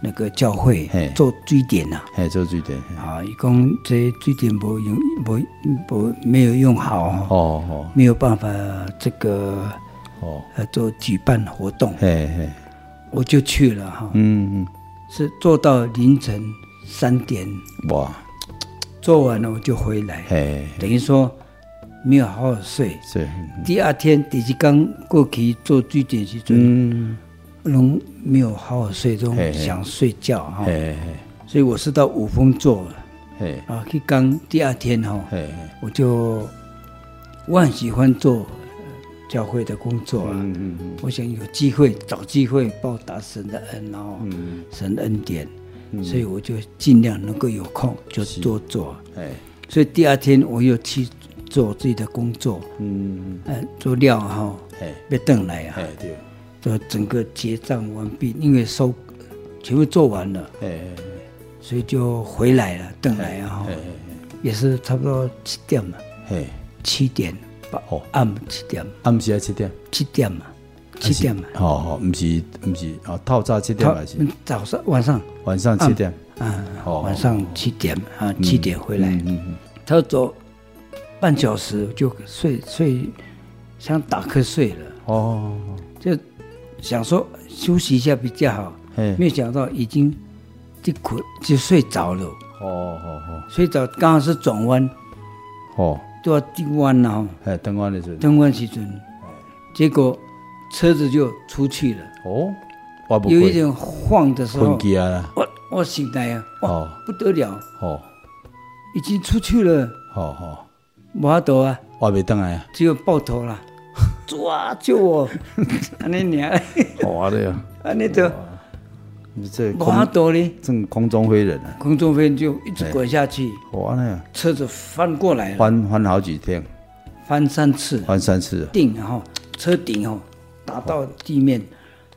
[SPEAKER 3] 那个教会
[SPEAKER 2] 嘿
[SPEAKER 3] 做追点呐、
[SPEAKER 2] 嘿，做水电，嘿
[SPEAKER 3] 啊。啊，一共这追点不用不不没有用好、哦，
[SPEAKER 2] 哦哦。
[SPEAKER 3] 没有办法这个
[SPEAKER 2] 哦，
[SPEAKER 3] 呃做举办活动，
[SPEAKER 2] 嘿嘿，
[SPEAKER 3] 我就去了哈、
[SPEAKER 2] 嗯，
[SPEAKER 3] 是做到凌晨三点，
[SPEAKER 2] 嗯哇，
[SPEAKER 3] 做完了我就回来，
[SPEAKER 2] 嘿，
[SPEAKER 3] 等于说没有好好睡。
[SPEAKER 2] 是，嗯
[SPEAKER 3] 第二天第一天过去做据点时阵，
[SPEAKER 2] 嗯，
[SPEAKER 3] 拢没有好好睡，都
[SPEAKER 2] 嘿嘿
[SPEAKER 3] 想睡觉哈、
[SPEAKER 2] 嘿
[SPEAKER 3] 所以我是到五峰做了
[SPEAKER 2] 嘿嘿
[SPEAKER 3] 啊，去刚第二天哈、
[SPEAKER 2] 嘿，嘿
[SPEAKER 3] 我就我很喜欢做呃教会的工作啊。
[SPEAKER 2] 嗯嗯
[SPEAKER 3] 我想有机会找机会报答神的恩哦，
[SPEAKER 2] 嗯
[SPEAKER 3] 神恩典，所以我就尽量能够有空就多做。
[SPEAKER 2] 嗯，嘿，
[SPEAKER 3] 所以第二天我又去做自己的工作，
[SPEAKER 2] 嗯，
[SPEAKER 3] 呃，做料哈、
[SPEAKER 2] 嘿，
[SPEAKER 3] 要等来啊，
[SPEAKER 2] 嘿对，
[SPEAKER 3] 就整个结账完毕，因为收全部做完了，
[SPEAKER 2] 嘿，
[SPEAKER 3] 所以就回来了，等来啊、哈
[SPEAKER 2] 嘿，
[SPEAKER 3] 也是差不多七点嘛，
[SPEAKER 2] 嘿，嘿，
[SPEAKER 3] 七点八
[SPEAKER 2] 哦
[SPEAKER 3] 暗七点，
[SPEAKER 2] 暗时啊七点，
[SPEAKER 3] 七点嘛，七点嘛，
[SPEAKER 2] 好好，唔是唔是啊，透早七点
[SPEAKER 3] 他嗯
[SPEAKER 2] 还是
[SPEAKER 3] 早上晚上。
[SPEAKER 2] 晚上七点？
[SPEAKER 3] 啊，
[SPEAKER 2] 哦
[SPEAKER 3] 晚上七点啊，七点回来，
[SPEAKER 2] 嗯
[SPEAKER 3] 他走半小时就睡睡，想打瞌睡了，
[SPEAKER 2] 哦，
[SPEAKER 3] 就想说休息一下比较好，
[SPEAKER 2] 嘿，
[SPEAKER 3] 没有想到已经就困就睡着了，
[SPEAKER 2] 哦哦
[SPEAKER 3] 睡着刚好是转弯，
[SPEAKER 2] 哦哦，
[SPEAKER 3] 都要转弯了哦，
[SPEAKER 2] 嘿，等我的时阵，
[SPEAKER 3] 转弯时阵，结果车子就出去了，
[SPEAKER 2] 哦，我不
[SPEAKER 3] 有一
[SPEAKER 2] 会
[SPEAKER 3] 点晃的时候
[SPEAKER 2] 困，机啊，
[SPEAKER 3] 我我醒来啊，
[SPEAKER 2] 哦
[SPEAKER 3] 哇，不得了，
[SPEAKER 2] 哦，
[SPEAKER 3] 已经出去了，
[SPEAKER 2] 好好，
[SPEAKER 3] 无法度啊，
[SPEAKER 2] 我袂当来啊，
[SPEAKER 3] 只有抱头啦，抓救我， 安尼尔，
[SPEAKER 2] 好的呀，
[SPEAKER 3] 安尼就
[SPEAKER 2] 你这
[SPEAKER 3] 无法
[SPEAKER 2] 空
[SPEAKER 3] 度咧，
[SPEAKER 2] 正空中飞人啊，
[SPEAKER 3] 空中飞就一直滚下去，
[SPEAKER 2] 哇呢，
[SPEAKER 3] 车子翻过来了，
[SPEAKER 2] 翻翻好几天，
[SPEAKER 3] 翻三次，
[SPEAKER 2] 翻三次，
[SPEAKER 3] 顶然后车顶哦打到地面，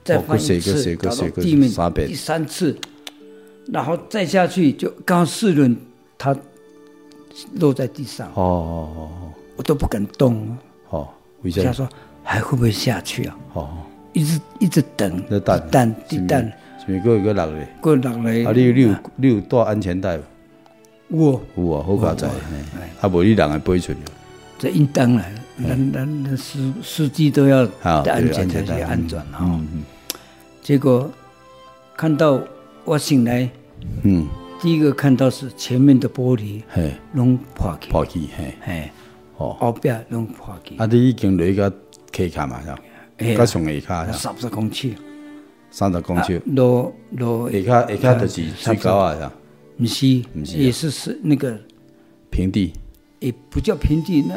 [SPEAKER 3] 再
[SPEAKER 2] 哦哦
[SPEAKER 3] 翻一
[SPEAKER 2] 还是
[SPEAKER 3] 次
[SPEAKER 2] 还是
[SPEAKER 3] 打到
[SPEAKER 2] 还是
[SPEAKER 3] 地面
[SPEAKER 2] 三遍
[SPEAKER 3] 第三次，然后再下去就刚好四轮，它落在地上，
[SPEAKER 2] 哦哦
[SPEAKER 3] 我都不敢动啊。
[SPEAKER 2] 哦哦，为啥
[SPEAKER 3] 我想？说还会不会下去啊？
[SPEAKER 2] 哦，
[SPEAKER 3] 一直一直等，
[SPEAKER 2] 那蛋
[SPEAKER 3] 一蛋地蛋，
[SPEAKER 2] 是咪个有个落咧？
[SPEAKER 3] 过两来，
[SPEAKER 2] 啊，你有你有你有带安全带无？
[SPEAKER 3] 我
[SPEAKER 2] 有啊，好加载，嘿啊，无你人会飞出去。
[SPEAKER 3] 这应当然，咱咱咱司司机都要
[SPEAKER 2] 啊
[SPEAKER 3] 戴安
[SPEAKER 2] 嗯对
[SPEAKER 3] 全
[SPEAKER 2] 安全
[SPEAKER 3] 才
[SPEAKER 2] 带
[SPEAKER 3] 安全啊。
[SPEAKER 2] 嗯嗯
[SPEAKER 3] 结果看到我醒来，
[SPEAKER 2] 嗯，
[SPEAKER 3] 第一个看到是前面的玻璃
[SPEAKER 2] 嘿，
[SPEAKER 3] 拢破去，
[SPEAKER 2] 跑去嘿，
[SPEAKER 3] 哎，
[SPEAKER 2] 哦，
[SPEAKER 3] 后壁拢破去，
[SPEAKER 2] 啊，你已经落去到溪卡嘛，是吧？
[SPEAKER 3] 嘿啊
[SPEAKER 2] 到上下骹，是吧
[SPEAKER 3] 三十公尺，啊
[SPEAKER 2] 三十公尺，
[SPEAKER 3] 落落呃
[SPEAKER 2] 下骹下骹就是水沟啊，是吧？
[SPEAKER 3] 不是
[SPEAKER 2] 不是啊
[SPEAKER 3] 也是是那个
[SPEAKER 2] 平地，
[SPEAKER 3] 也不叫平地，那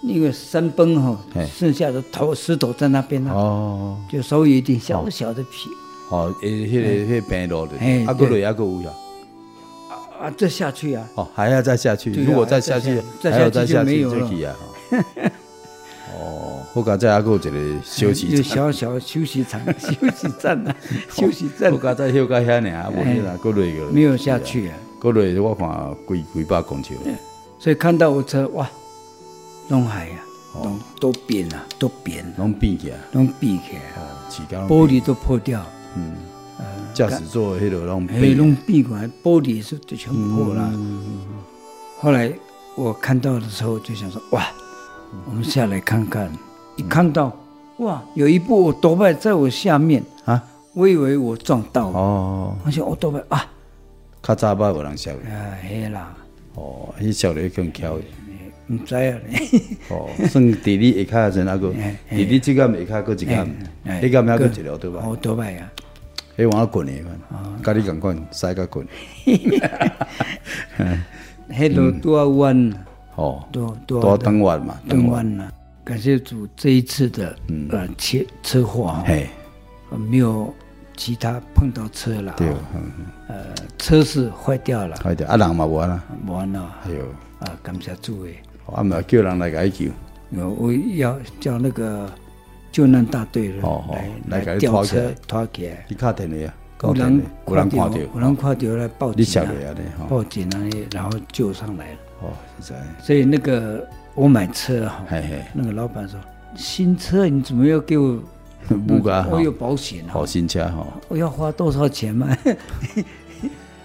[SPEAKER 3] 那个山崩哈、
[SPEAKER 2] 嘿
[SPEAKER 3] 剩下的头石头在那边呢、啊
[SPEAKER 2] 哦，
[SPEAKER 3] 就稍微有一点小小的皮、
[SPEAKER 2] 哦，诶，迄个迄个平路的，
[SPEAKER 3] 嘿
[SPEAKER 2] 啊，佫落
[SPEAKER 3] 对
[SPEAKER 2] 啊，佫有啊，
[SPEAKER 3] 啊，再下去啊，
[SPEAKER 2] 哦，还要再下去，
[SPEAKER 3] 对啊
[SPEAKER 2] 如果再下去，
[SPEAKER 3] 再下
[SPEAKER 2] 还
[SPEAKER 3] 去
[SPEAKER 2] 要再下
[SPEAKER 3] 就没有
[SPEAKER 2] 再
[SPEAKER 3] 了
[SPEAKER 2] 去啊。哦哦，好加再啊，佫有一个休息
[SPEAKER 3] 有
[SPEAKER 2] 站。
[SPEAKER 3] 小小的休息场、 休息站啊，休息站
[SPEAKER 2] 我刚才休假遐尔，啊，无你啦，过落个
[SPEAKER 3] 没有下，去啊，
[SPEAKER 2] 过落我看几几百公尺，
[SPEAKER 3] 所以看到我车哇，弄海啊，
[SPEAKER 2] 哦
[SPEAKER 3] 拢都扁啊，都扁啊，
[SPEAKER 2] 拢变起来，
[SPEAKER 3] 拢闭起
[SPEAKER 2] 哦，
[SPEAKER 3] 来啊，
[SPEAKER 2] 起高
[SPEAKER 3] 玻璃都破掉，
[SPEAKER 2] 驾驶座迄落拢
[SPEAKER 3] 哎，
[SPEAKER 2] 变，
[SPEAKER 3] 拢闭过来，玻璃是就全破
[SPEAKER 2] 嗯
[SPEAKER 3] 了。后来我看到的时候就想说，哇，
[SPEAKER 2] 嗯
[SPEAKER 3] 我们下来看看。一看到，哇，有一部我多拜在我下面，
[SPEAKER 2] 啊，
[SPEAKER 3] 我以为我撞到了，
[SPEAKER 2] 哦，
[SPEAKER 3] 我想我多拜啊，
[SPEAKER 2] 较早捌无人晓得，
[SPEAKER 3] 啊，嘿啦，
[SPEAKER 2] 哦，迄晓得更巧的，
[SPEAKER 3] 唔知啊，
[SPEAKER 2] 哦，算伫你下骹的时阵啊个，伫你即间下骹搁一间，迄间还搁一条对吧？
[SPEAKER 3] 我多拜啊，
[SPEAKER 2] 迄往滚的款，甲你共款，使甲滚，
[SPEAKER 3] 迄都多弯啊，
[SPEAKER 2] 哦，
[SPEAKER 3] 多
[SPEAKER 2] 多
[SPEAKER 3] 多
[SPEAKER 2] 嗯等弯嘛，
[SPEAKER 3] 多
[SPEAKER 2] 弯，
[SPEAKER 3] 弯啊。感谢主，这一次的呃车车祸啊
[SPEAKER 2] 嘿，
[SPEAKER 3] 呃没有其他碰到车了啊，
[SPEAKER 2] 对，嗯，嗯
[SPEAKER 3] 呃，车是坏掉了，
[SPEAKER 2] 好一点，啊人嘛无啦，
[SPEAKER 3] 无安了
[SPEAKER 2] 哎呦。
[SPEAKER 3] 啊，感谢诸位，
[SPEAKER 2] 啊，毋叫人来解救，
[SPEAKER 3] 我我要叫那个救难大队了
[SPEAKER 2] 哦哦来
[SPEAKER 3] 来
[SPEAKER 2] 给
[SPEAKER 3] 来
[SPEAKER 2] 你
[SPEAKER 3] 吊
[SPEAKER 2] 拖起
[SPEAKER 3] 车
[SPEAKER 2] 来
[SPEAKER 3] 拖起来，
[SPEAKER 2] 你敲电话啊，
[SPEAKER 3] 有
[SPEAKER 2] 有
[SPEAKER 3] 人
[SPEAKER 2] 人有人看
[SPEAKER 3] 到，
[SPEAKER 2] 到，哦
[SPEAKER 3] 有人看到来报
[SPEAKER 2] 你晓
[SPEAKER 3] 警
[SPEAKER 2] 得啊
[SPEAKER 3] 啊，
[SPEAKER 2] 你吼，
[SPEAKER 3] 报警啊，然后救上来了。
[SPEAKER 2] 哦，实在，
[SPEAKER 3] 所以那个我买车哈，
[SPEAKER 2] 嘿嘿，
[SPEAKER 3] 那个老板说新车你怎么要给我？
[SPEAKER 2] 不噶
[SPEAKER 3] 我
[SPEAKER 2] 吼
[SPEAKER 3] 有，保险啊
[SPEAKER 2] 好，新车吼，
[SPEAKER 3] 我要花多少钱嘛？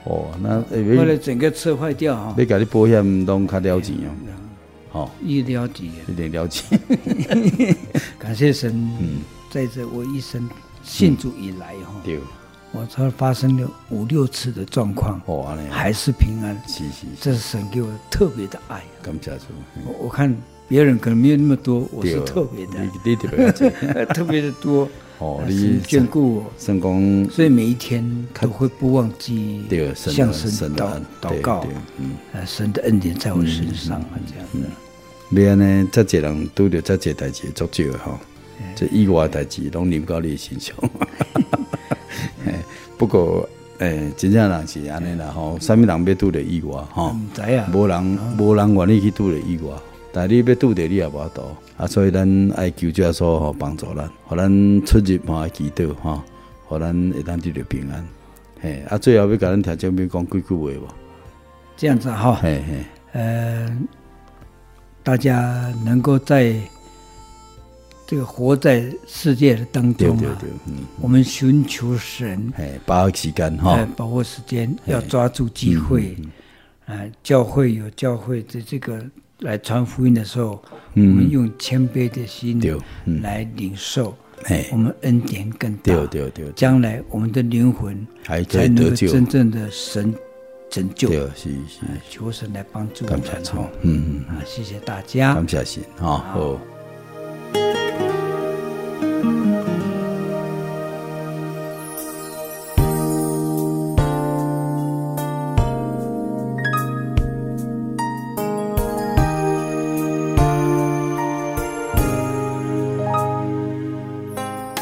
[SPEAKER 2] 哦，那
[SPEAKER 3] 后来
[SPEAKER 2] 诶，
[SPEAKER 3] 整个车坏掉啊哈
[SPEAKER 2] 要，要甲你保险拢较了钱哦，
[SPEAKER 3] 嗯
[SPEAKER 2] 吼，
[SPEAKER 3] 医疗几元。
[SPEAKER 2] 一定了 钱，
[SPEAKER 3] 感谢神，
[SPEAKER 2] 嗯
[SPEAKER 3] 在这我一生信主以来哈、
[SPEAKER 2] 对，
[SPEAKER 3] 我才发生了五六次的状况，
[SPEAKER 2] 哦安尼，
[SPEAKER 3] 还是平安。
[SPEAKER 2] 是是，是
[SPEAKER 3] 这是神给我特别的爱。啊
[SPEAKER 2] 感谢主，嗯
[SPEAKER 3] 我我看别人可能没有那么多，我是
[SPEAKER 2] 对哦
[SPEAKER 3] 特别
[SPEAKER 2] 你你特别济，
[SPEAKER 3] 的， 特别的多。
[SPEAKER 2] 哦，
[SPEAKER 3] 神
[SPEAKER 2] 你
[SPEAKER 3] 眷顾我，
[SPEAKER 2] 算讲
[SPEAKER 3] 所以每一天都会不忘记
[SPEAKER 2] 对神的
[SPEAKER 3] 向
[SPEAKER 2] 神
[SPEAKER 3] 神
[SPEAKER 2] 的
[SPEAKER 3] 祷
[SPEAKER 2] 恩对
[SPEAKER 3] 祷告
[SPEAKER 2] 对嗯，
[SPEAKER 3] 呃，神的恩典在我身上啊，这样的。
[SPEAKER 2] 要安尼，遮济人拄着遮济代志足少的吼，这意外代志拢临到你身上。 嘿不过，诶、真正人是安尼啦吼，啥物人要拄着意外吼，
[SPEAKER 3] 唔知啊，
[SPEAKER 2] 无人无人愿意去拄着意外，但你要拄着你也无法度啊，所以咱爱求主耶稣吼帮助咱，互咱出入嘛祈祷吼，互咱会当得到平安。嘿，啊，最后要甲咱听这边讲几句话无？
[SPEAKER 3] 这样子啊哈。
[SPEAKER 2] 嘿嘿，
[SPEAKER 3] 呃，大家能够在这个活在世界的当
[SPEAKER 2] 对
[SPEAKER 3] 中
[SPEAKER 2] 对
[SPEAKER 3] 啊，
[SPEAKER 2] 对，嗯，
[SPEAKER 3] 我们寻求神，
[SPEAKER 2] 嘿，把握时间吼。
[SPEAKER 3] 哎，把握时间，要抓住机会。啊，教会有教会的这个来传福音的时候，我们用谦卑的心
[SPEAKER 2] 嗯对嗯
[SPEAKER 3] 来领受，
[SPEAKER 2] 嘿
[SPEAKER 3] 我们恩典更大。
[SPEAKER 2] 对对对，
[SPEAKER 3] 将来我们的灵魂
[SPEAKER 2] 还可
[SPEAKER 3] 才
[SPEAKER 2] 以
[SPEAKER 3] 能
[SPEAKER 2] 得
[SPEAKER 3] 够
[SPEAKER 2] 救，
[SPEAKER 3] 哦真正的神拯救。啊
[SPEAKER 2] 对，是是，
[SPEAKER 3] 求神来帮助我
[SPEAKER 2] 感
[SPEAKER 3] 们
[SPEAKER 2] 谢主
[SPEAKER 3] 哦，
[SPEAKER 2] 嗯，
[SPEAKER 3] 啊！谢谢大家。
[SPEAKER 2] 感谢神，吼，好。
[SPEAKER 1] 我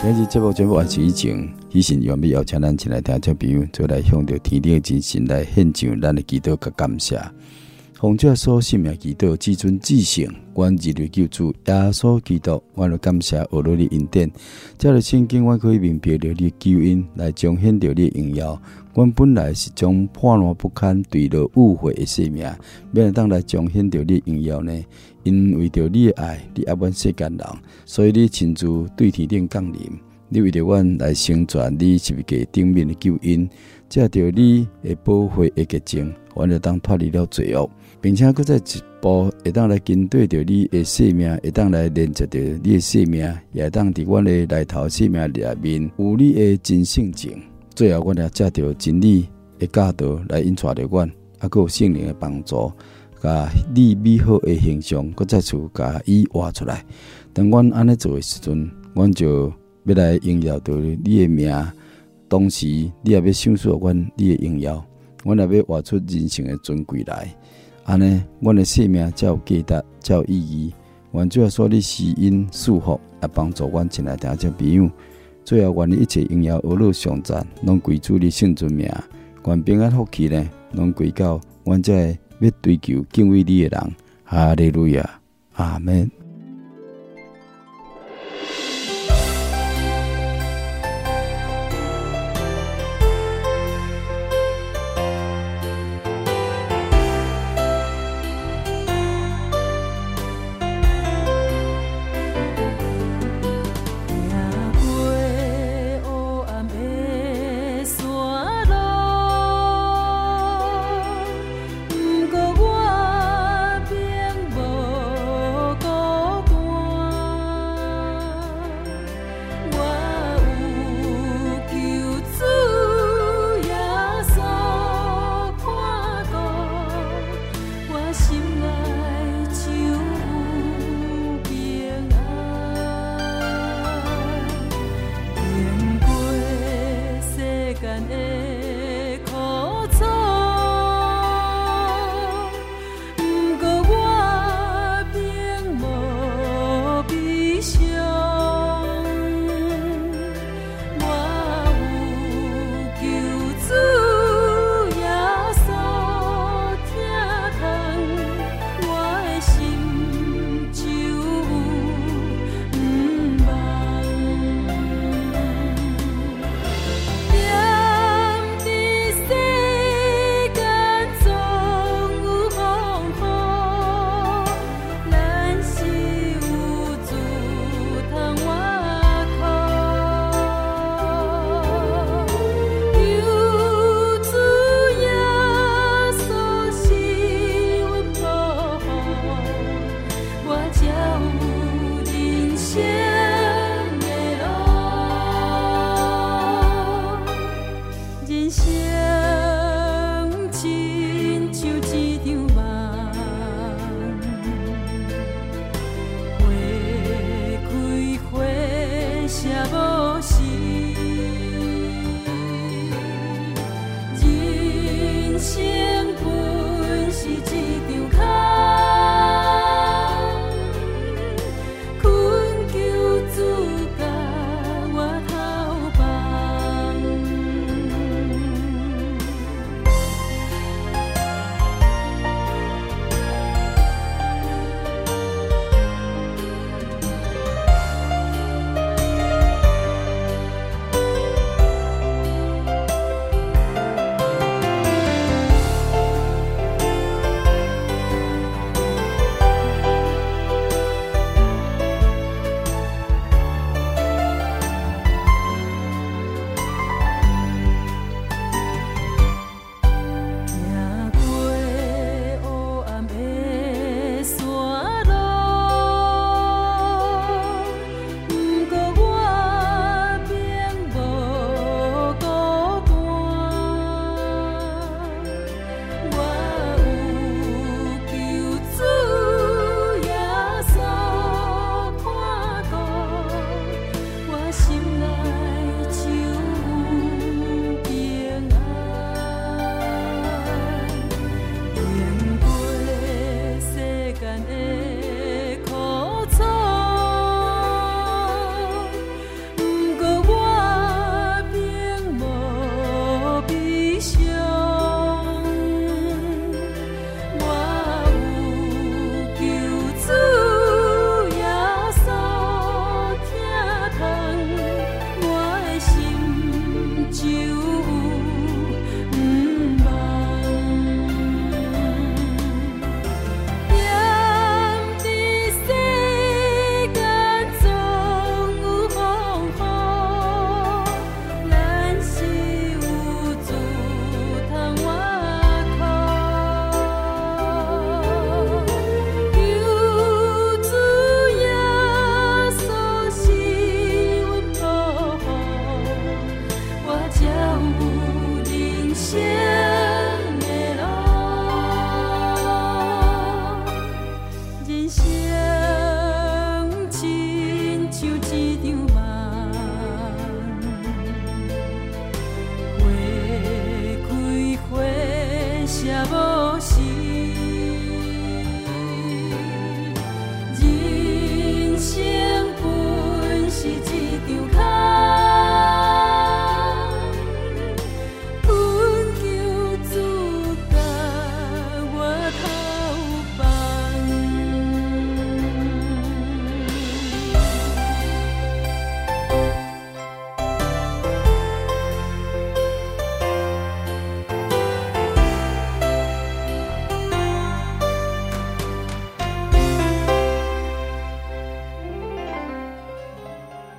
[SPEAKER 2] 今日节目全部完成以前，喜神愿意邀请咱前来听众朋友，做来向着天顶的真神来献上咱的祈祷甲感谢。奉者所信命祈祷，至尊至圣，阮日日救主耶稣基督，我来感谢俄罗斯恩典。借着圣经，我可以明白着你的救恩，来彰显着你的荣耀。阮本来是种破烂不堪、坠落误会的生命，免来当来彰显着你的荣耀呢？因为着你的爱，你爱阮世间人，所以你亲自对天顶降临。你为着阮来成全你是一个顶面的救恩，借着你的保护的结晶，阮就当脱离了罪恶，并且搁再一步会当来跟对着你的生命，会当来连接着你的生命，也会当伫阮的内头生命里面有你的真性情。最后，阮也借着真理的教导来引带着阮，啊，搁有圣灵的帮助，甲你美好的形象，搁再次甲伊画出来。当阮安尼做的时阵，阮就要来荣耀着你的名。同时，你也要享受阮你的荣耀，阮也要活出人生的尊贵来。安尼，阮的生命才有价值，才有意义。愿主要说你是因祝福，也帮助阮前来听众朋友。最后，愿你一切荣耀、俄乐、上赞，拢归主你圣尊名。愿平安福气呢，拢归到阮这个要追求敬畏你的人。哈利路亚，阿门。
[SPEAKER 4] 行过黑暗的山路，不过我并无辜。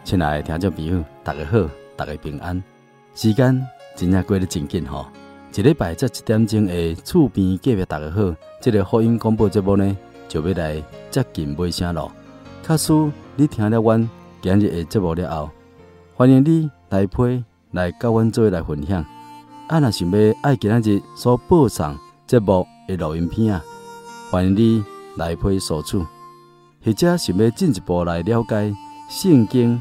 [SPEAKER 2] 亲爱的听众朋友，大家好，大家平安。时间真正过得真紧吼，一礼拜才一点钟的厝边隔壁大家好，这个福音广播节目呢，就要来接近尾声咯。假使你听了阮今日的节目了后，欢迎你来批来甲阮做来分享。啊，若想要爱今仔日所播送节目的录音片啊，欢迎你来批索取。或者想要进一步来了解圣经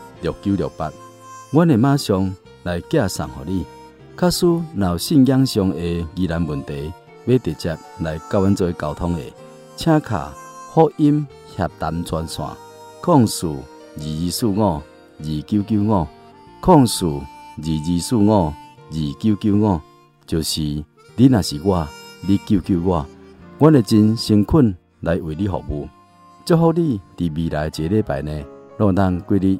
[SPEAKER 2] 六九六八，阮会马上来寄送互你。假使若有信仰上的疑难问题，要直接来甲阮做沟通的，请卡福音洽谈专线，控诉二二四五二九九五，控诉二二四五二九九五，就是你若是我，你救救我，阮会真诚恳来为你服务。祝福你伫未来一礼拜呢，让咱过日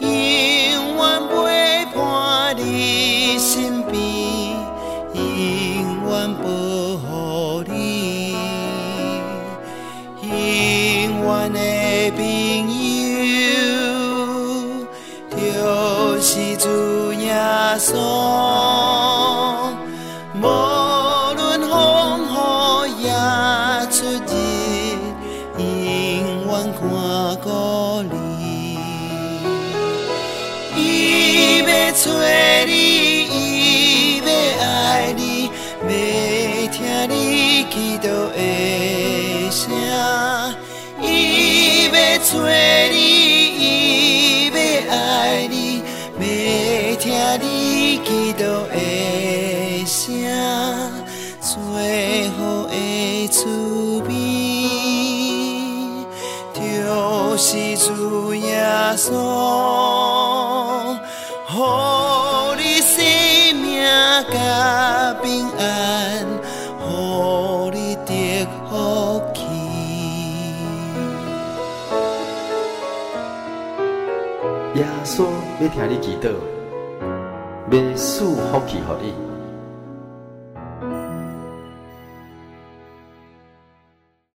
[SPEAKER 1] 永远陪伴你身边，永远保护你，永远的朋友，就是主耶稣。无论风雨也出日，永远看顾你。伊要找你，伊要爱你，要听你祈祷的声。伊要找你，伊要爱你，要听你祈祷的声。最好的滋味。就是主耶稣，乎你生命甲平安，乎你得福气。
[SPEAKER 2] 耶稣要听你祈祷，要赐福气予你，